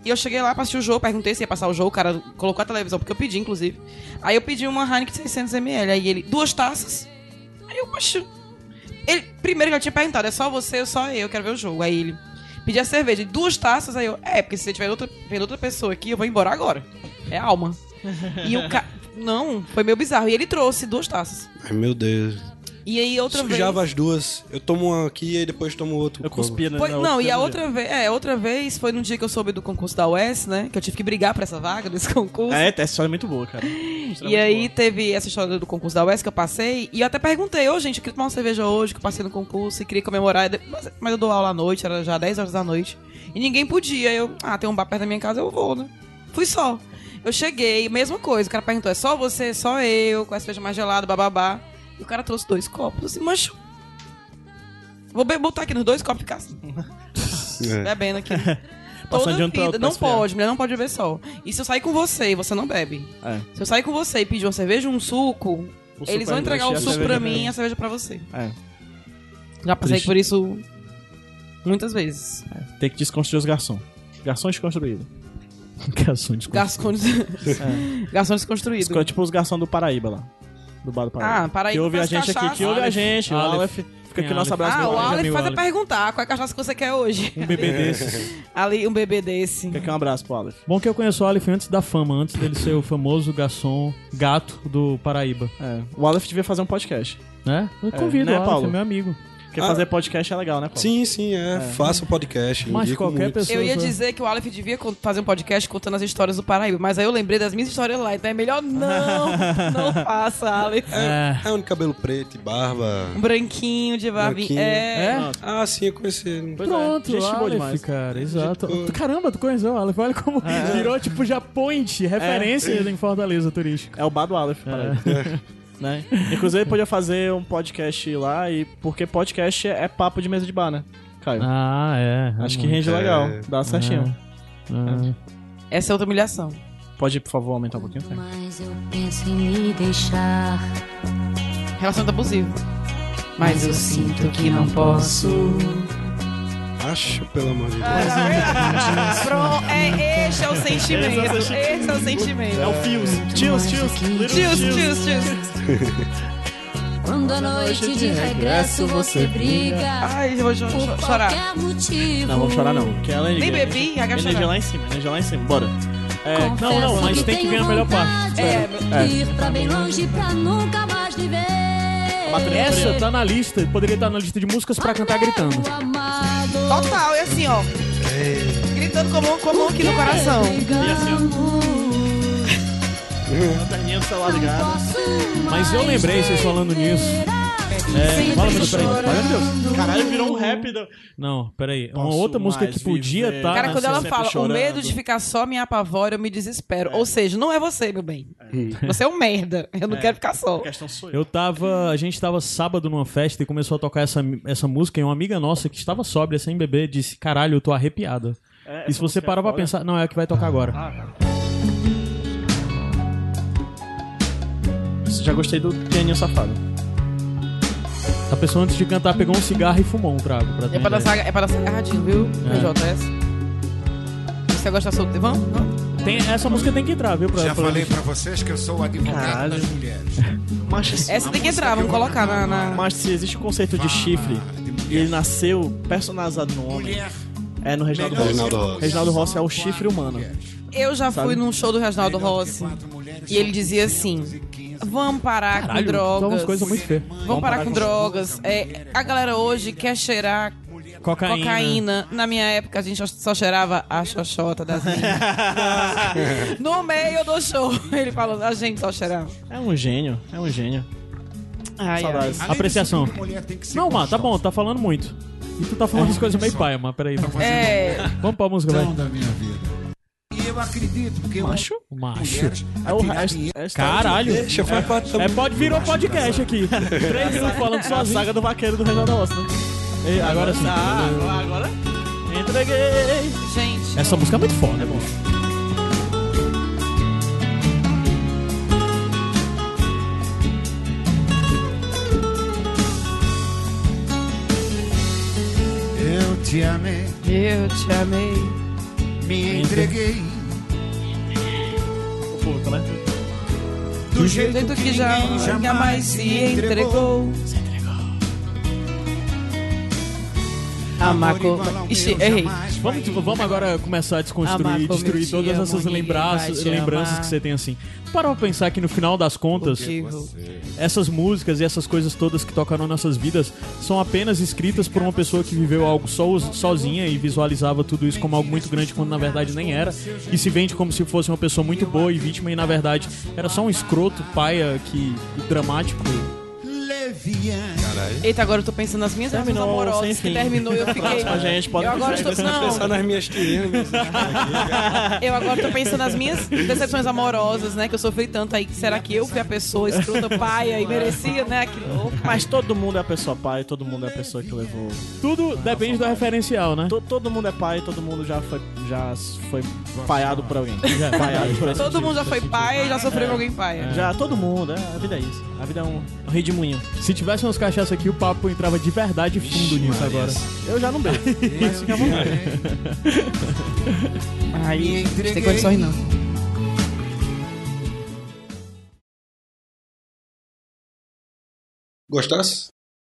Speaker 4: e eu cheguei lá pra assistir o jogo, perguntei se ia passar o jogo, o cara colocou a televisão, porque eu pedi, inclusive. Aí eu pedi uma Heineken 600ml, aí ele, duas taças. Aí eu, poxa... Ele, primeiro que eu tinha perguntado, é só você ou só eu, eu quero ver o jogo. Aí ele, pedi a cerveja, e duas taças, aí eu, é, porque se você tiver outra, vendo outra pessoa aqui, eu vou embora agora. É alma. E o cara... Não, foi meio bizarro. E ele trouxe duas taças.
Speaker 3: Ai, meu Deus.
Speaker 4: E aí outra vez...
Speaker 3: Sujava as duas. Eu tomo uma aqui e depois tomo outra. Eu
Speaker 2: cuspia na-
Speaker 4: Pois-
Speaker 2: na
Speaker 4: não, e
Speaker 2: cerveja.
Speaker 4: a né, outra vez, é, outra vez foi no dia que eu soube do concurso da UES, né? Que eu tive que brigar pra essa vaga [laughs] desse concurso.
Speaker 2: É, essa história é muito boa, cara. Essa
Speaker 4: E
Speaker 2: história é muito
Speaker 4: aí teve essa história do concurso da UES que eu passei, e eu até perguntei, ô gente, eu queria tomar uma cerveja hoje, que eu passei no concurso e queria comemorar, mas, mas eu dou aula à noite, era já 10 horas da noite, e ninguém podia. Eu, ah, tem um bar perto da minha casa, eu vou, né? Fui só. Eu cheguei, mesma coisa, o cara perguntou, é só você, só eu, com a cerveja mais gelada, bababá. E o cara trouxe dois copos, assim, macho. Vou be- botar aqui nos dois copos e ficar
Speaker 2: [laughs]
Speaker 4: assim, bebendo aqui. Toda
Speaker 2: É. de um pra
Speaker 4: vida,
Speaker 2: outro pra
Speaker 4: não
Speaker 2: esfriar.
Speaker 4: pode, mulher não pode beber sol. E se eu sair com você e você não bebe?
Speaker 2: É.
Speaker 4: Se eu sair com você e pedir uma cerveja e um suco,
Speaker 2: O suco
Speaker 4: eles vão
Speaker 2: vai
Speaker 4: entregar o
Speaker 2: encher a
Speaker 4: suco
Speaker 2: cerveja pra
Speaker 4: pra mim
Speaker 2: mim.
Speaker 4: e a cerveja pra você.
Speaker 2: boa. É.
Speaker 4: Já passei
Speaker 2: Triste.
Speaker 4: por isso muitas vezes.
Speaker 2: Tem que desconstruir os garçom. Garçom desconstruído. garçom
Speaker 4: Garçom, [laughs] Garçom desconstruído.
Speaker 2: Esco- Tipo os garçom do Paraíba lá. Do bar do Paraíba.
Speaker 4: Ah, Paraíba
Speaker 2: Que ouve a
Speaker 4: faz
Speaker 2: gente aqui,
Speaker 4: cachaça.
Speaker 2: que ouve a
Speaker 4: Aleph.
Speaker 2: gente. O
Speaker 6: Aleph.
Speaker 2: Aleph. Fica aqui
Speaker 6: Tem
Speaker 2: o nosso
Speaker 6: Aleph.
Speaker 2: abraço.
Speaker 4: ah, o
Speaker 2: virtual.
Speaker 4: Aleph
Speaker 2: Amigo
Speaker 4: faz a perguntar qual é a cachaça que você quer hoje.
Speaker 2: Um
Speaker 4: [laughs]
Speaker 2: bebê desse.
Speaker 4: Ali, um bebê desse.
Speaker 2: Fica aqui um abraço pro Aleph.
Speaker 6: Bom que eu conheço o Aleph antes da fama, antes dele ser o famoso garçom gato do Paraíba.
Speaker 2: É. O Aleph devia fazer um podcast.
Speaker 6: Né? Eu
Speaker 2: É,
Speaker 6: convido
Speaker 2: né,
Speaker 6: o Aleph,
Speaker 2: Paulo?
Speaker 6: é meu amigo.
Speaker 2: Porque
Speaker 3: Ah.
Speaker 2: fazer podcast é legal, né, Paulo?
Speaker 3: Sim, sim, é. Faça o podcast.
Speaker 6: Mas
Speaker 3: indico
Speaker 6: qualquer
Speaker 3: muito.
Speaker 6: pessoa-
Speaker 4: Eu ia
Speaker 6: Souza.
Speaker 4: dizer que o Aleph devia con- fazer um podcast contando as histórias do Paraíba, mas aí eu lembrei das minhas histórias lá, então é melhor
Speaker 2: [laughs]
Speaker 4: não, não faça, Aleph.
Speaker 6: É.
Speaker 3: É um de cabelo preto e barba.
Speaker 4: Um branquinho de barbinha.
Speaker 3: Branquinho.
Speaker 4: É,
Speaker 6: É?
Speaker 3: Ah, sim, eu conheci.
Speaker 2: Pois é,
Speaker 6: Pronto,
Speaker 2: gente É. boa
Speaker 6: Aleph,
Speaker 2: demais.
Speaker 6: cara, exato.
Speaker 3: boa.
Speaker 6: Tu- Caramba, tu conheceu o Aleph, olha como virou tipo já point, referência em Fortaleza turística.
Speaker 2: É o bar do Aleph, Paraíba. Né? Inclusive, ele podia fazer um podcast lá, e porque podcast é é papo de mesa de bar, né? Caio.
Speaker 6: Ah, é.
Speaker 2: Acho que rende legal. Dá certinho.
Speaker 4: Essa é outra humilhação.
Speaker 2: Pode, por favor, aumentar um pouquinho? Caio?
Speaker 7: Mas eu penso em me deixar,
Speaker 4: Relacionamento abusivo. Mas eu sinto que não posso.
Speaker 3: Acho, pelo amor de Deus.
Speaker 2: É.
Speaker 4: Pronto, é, este é o sentimento. Esse é o sentimento.
Speaker 2: É o Fios. Tios, tios. Little
Speaker 4: Tios,
Speaker 2: Tios.
Speaker 4: tios, tios.
Speaker 7: Quando a noite de é regresso você briga Ah,
Speaker 4: Ai, eu vou cho-
Speaker 7: Por
Speaker 4: cho- chorar.
Speaker 7: qualquer motivo
Speaker 2: Não, vamos chorar não. Porque a Lenny
Speaker 4: Nem
Speaker 2: ganha.
Speaker 4: bebi, já quero
Speaker 2: Energia
Speaker 4: chorar.
Speaker 2: lá em cima, energia lá em cima. Bora. É,
Speaker 7: Confesso
Speaker 2: não, não, mas tem que
Speaker 7: tenho
Speaker 2: ganhar a melhor parte.
Speaker 7: vontade
Speaker 4: É,
Speaker 7: de Ir pra bem longe pra nunca mais lhe ver
Speaker 6: Essa tá na lista, poderia estar na lista de músicas pra cantar gritando.
Speaker 7: Meu amado
Speaker 4: Total, e assim, ó. Gritando com a mão, com a mão aqui no coração.
Speaker 2: Lanterninha do celular ligada.
Speaker 6: Mas eu lembrei, vocês falando nisso.
Speaker 4: Sempre
Speaker 7: né?
Speaker 6: É, fala mesmo pra
Speaker 4: chorando.
Speaker 6: ele.
Speaker 2: Caralho, virou um rap. do-
Speaker 6: Não, peraí. Uma
Speaker 2: Posso
Speaker 6: outra música que
Speaker 2: mais
Speaker 6: podia tá
Speaker 2: viver.
Speaker 6: estar.
Speaker 2: Ah,
Speaker 4: Cara, quando ela
Speaker 2: sempre
Speaker 4: fala,
Speaker 2: chorando.
Speaker 4: o medo de ficar só me apavora, eu me desespero. Ou seja, não é você, meu bem. Você é um merda. Eu não quero ficar só.
Speaker 2: A questão sou eu.
Speaker 6: Eu tava. A gente tava sábado numa festa e começou a tocar essa, essa música e uma amiga nossa que estava sóbria, sem beber, disse: Caralho, eu tô arrepiada.
Speaker 2: É,
Speaker 6: e se
Speaker 2: essa
Speaker 6: você
Speaker 2: música é
Speaker 6: parar pra
Speaker 2: foda. Ah.
Speaker 6: pensar. Não, é a que vai tocar agora.
Speaker 2: Já gostei do pianinho safado.
Speaker 6: A pessoa antes de cantar pegou um cigarro e fumou um trago. Pra ter
Speaker 4: É pra
Speaker 6: ideia.
Speaker 4: dançar, é pra dançar agarradinho, viu?
Speaker 6: É.
Speaker 4: PJS. Você gosta solto? Vamos? Não.
Speaker 6: Tem- essa música tem que entrar, viu? Pra,
Speaker 9: Já
Speaker 6: pra-
Speaker 9: falei pra vocês que eu sou o advogado
Speaker 2: Caralho.
Speaker 9: das mulheres.
Speaker 2: Macho, se-
Speaker 4: Essa tem que entrar, vamos colocar na. na...
Speaker 2: macho, se existe o conceito de chifre e ele nasceu personalizado no homem,
Speaker 9: Mulher.
Speaker 2: é no Reginaldo
Speaker 9: melhor
Speaker 2: Rossi.
Speaker 3: Reginaldo
Speaker 9: ser
Speaker 3: Rossi.
Speaker 9: um
Speaker 2: Reginaldo Rossi é o
Speaker 9: quatro
Speaker 2: chifre humano.
Speaker 9: mulheres.
Speaker 4: Eu já fui num show do Reginaldo Rossi.
Speaker 9: Quatro mulheres
Speaker 4: E
Speaker 9: são
Speaker 4: ele dizia assim:
Speaker 9: 215.
Speaker 4: então vamos parar
Speaker 6: Caralho,
Speaker 4: com
Speaker 6: tá umas
Speaker 4: drogas.
Speaker 6: coisas muito feias.
Speaker 4: Vamos parar com drogas. É, a galera hoje quer cheirar
Speaker 6: Cocaína.
Speaker 4: cocaína. Na minha época, a gente só cheirava a xoxota das [laughs] meninas. no meio do show, ele falou, a gente só cheirava.
Speaker 2: É um gênio, é um gênio.
Speaker 4: Ai, ai.
Speaker 2: Saudades.
Speaker 9: Além
Speaker 6: Apreciação.
Speaker 9: disso, mulher tem que ser
Speaker 6: Não, Má, tá
Speaker 9: gostosa.
Speaker 6: bom, tá falando muito. E tu tá falando as coisas meio paia, Má, peraí.
Speaker 4: É,
Speaker 6: Vamos pra música,
Speaker 9: Então,
Speaker 6: vai.
Speaker 9: da minha vida. E eu acredito que eu-
Speaker 2: Macho?
Speaker 6: Macho.
Speaker 9: mulheres
Speaker 2: É o
Speaker 9: atirar
Speaker 2: resto.
Speaker 9: dinheiro-
Speaker 2: é a história
Speaker 6: Caralho.
Speaker 3: Deixa, faz parte
Speaker 6: É,
Speaker 3: também.
Speaker 6: pode virar um podcast
Speaker 9: [laughs]
Speaker 6: aqui. Três minutos falando
Speaker 2: da
Speaker 6: sozinho.
Speaker 2: saga do vaqueiro do Reginaldo Rossi, né?
Speaker 6: Ei, agora sim.
Speaker 2: Ah, agora? Entreguei!
Speaker 4: gente.
Speaker 6: Essa música é muito foda, bom.
Speaker 9: te amei.
Speaker 4: Eu te amei.
Speaker 9: Me entreguei.
Speaker 2: O
Speaker 6: Um
Speaker 2: público, né?
Speaker 9: Do jeito,
Speaker 4: que, já, jamais se entregou.
Speaker 6: A
Speaker 4: Amaco. Ixi, errei.
Speaker 6: Vamos, vamos agora começar a desconstruir
Speaker 4: Amaco,
Speaker 6: e
Speaker 4: meu
Speaker 6: destruir
Speaker 4: te
Speaker 6: todas
Speaker 4: amo,
Speaker 6: essas
Speaker 4: ninguém
Speaker 6: lembranças,
Speaker 4: vai te
Speaker 6: lembranças
Speaker 4: amar.
Speaker 6: que você tem assim. Para pra pensar que no final das contas, essas músicas e essas coisas todas que tocaram nossas vidas são apenas escritas por uma pessoa que viveu algo so, sozinha e visualizava tudo isso como algo muito grande quando na verdade nem era. E se vende como se fosse uma pessoa muito boa e vítima e na verdade era só um escroto, paia, que dramático.
Speaker 3: Caralho.
Speaker 4: Eita, agora eu tô pensando nas minhas relações
Speaker 2: Terminou, sem
Speaker 4: amorosas que
Speaker 2: fim.
Speaker 4: terminou e
Speaker 2: [laughs]
Speaker 4: eu fiquei.
Speaker 2: Próxima, gente, pode
Speaker 4: eu agora estou
Speaker 2: continuar
Speaker 4: não,
Speaker 3: Pensar nas minhas tirinhas.
Speaker 4: eu agora tô pensando nas minhas decepções amorosas, né? Que eu sofri tanto aí. que Será que eu fui a pessoa escrota, paia e merecia, né? Aquilo.
Speaker 2: Mas todo mundo é a pessoa pai, todo mundo é a pessoa que levou.
Speaker 6: Tudo depende do referencial, né?
Speaker 2: To- Todo mundo é pai, todo mundo já foi, já foi paiado por alguém. Já, paiado [laughs] por alguém.
Speaker 4: Todo mundo já foi paia e já sofreu com alguém paia.
Speaker 2: Já, todo mundo, é, a vida é isso. A vida é um um redemoinho.
Speaker 6: Se tivesse umas cachaças aqui, o papo entrava de verdade fundo nisso agora.
Speaker 2: Eu já não bebo, mas fica à vontade.
Speaker 4: Aí, não tem condições não.
Speaker 3: Gostasse?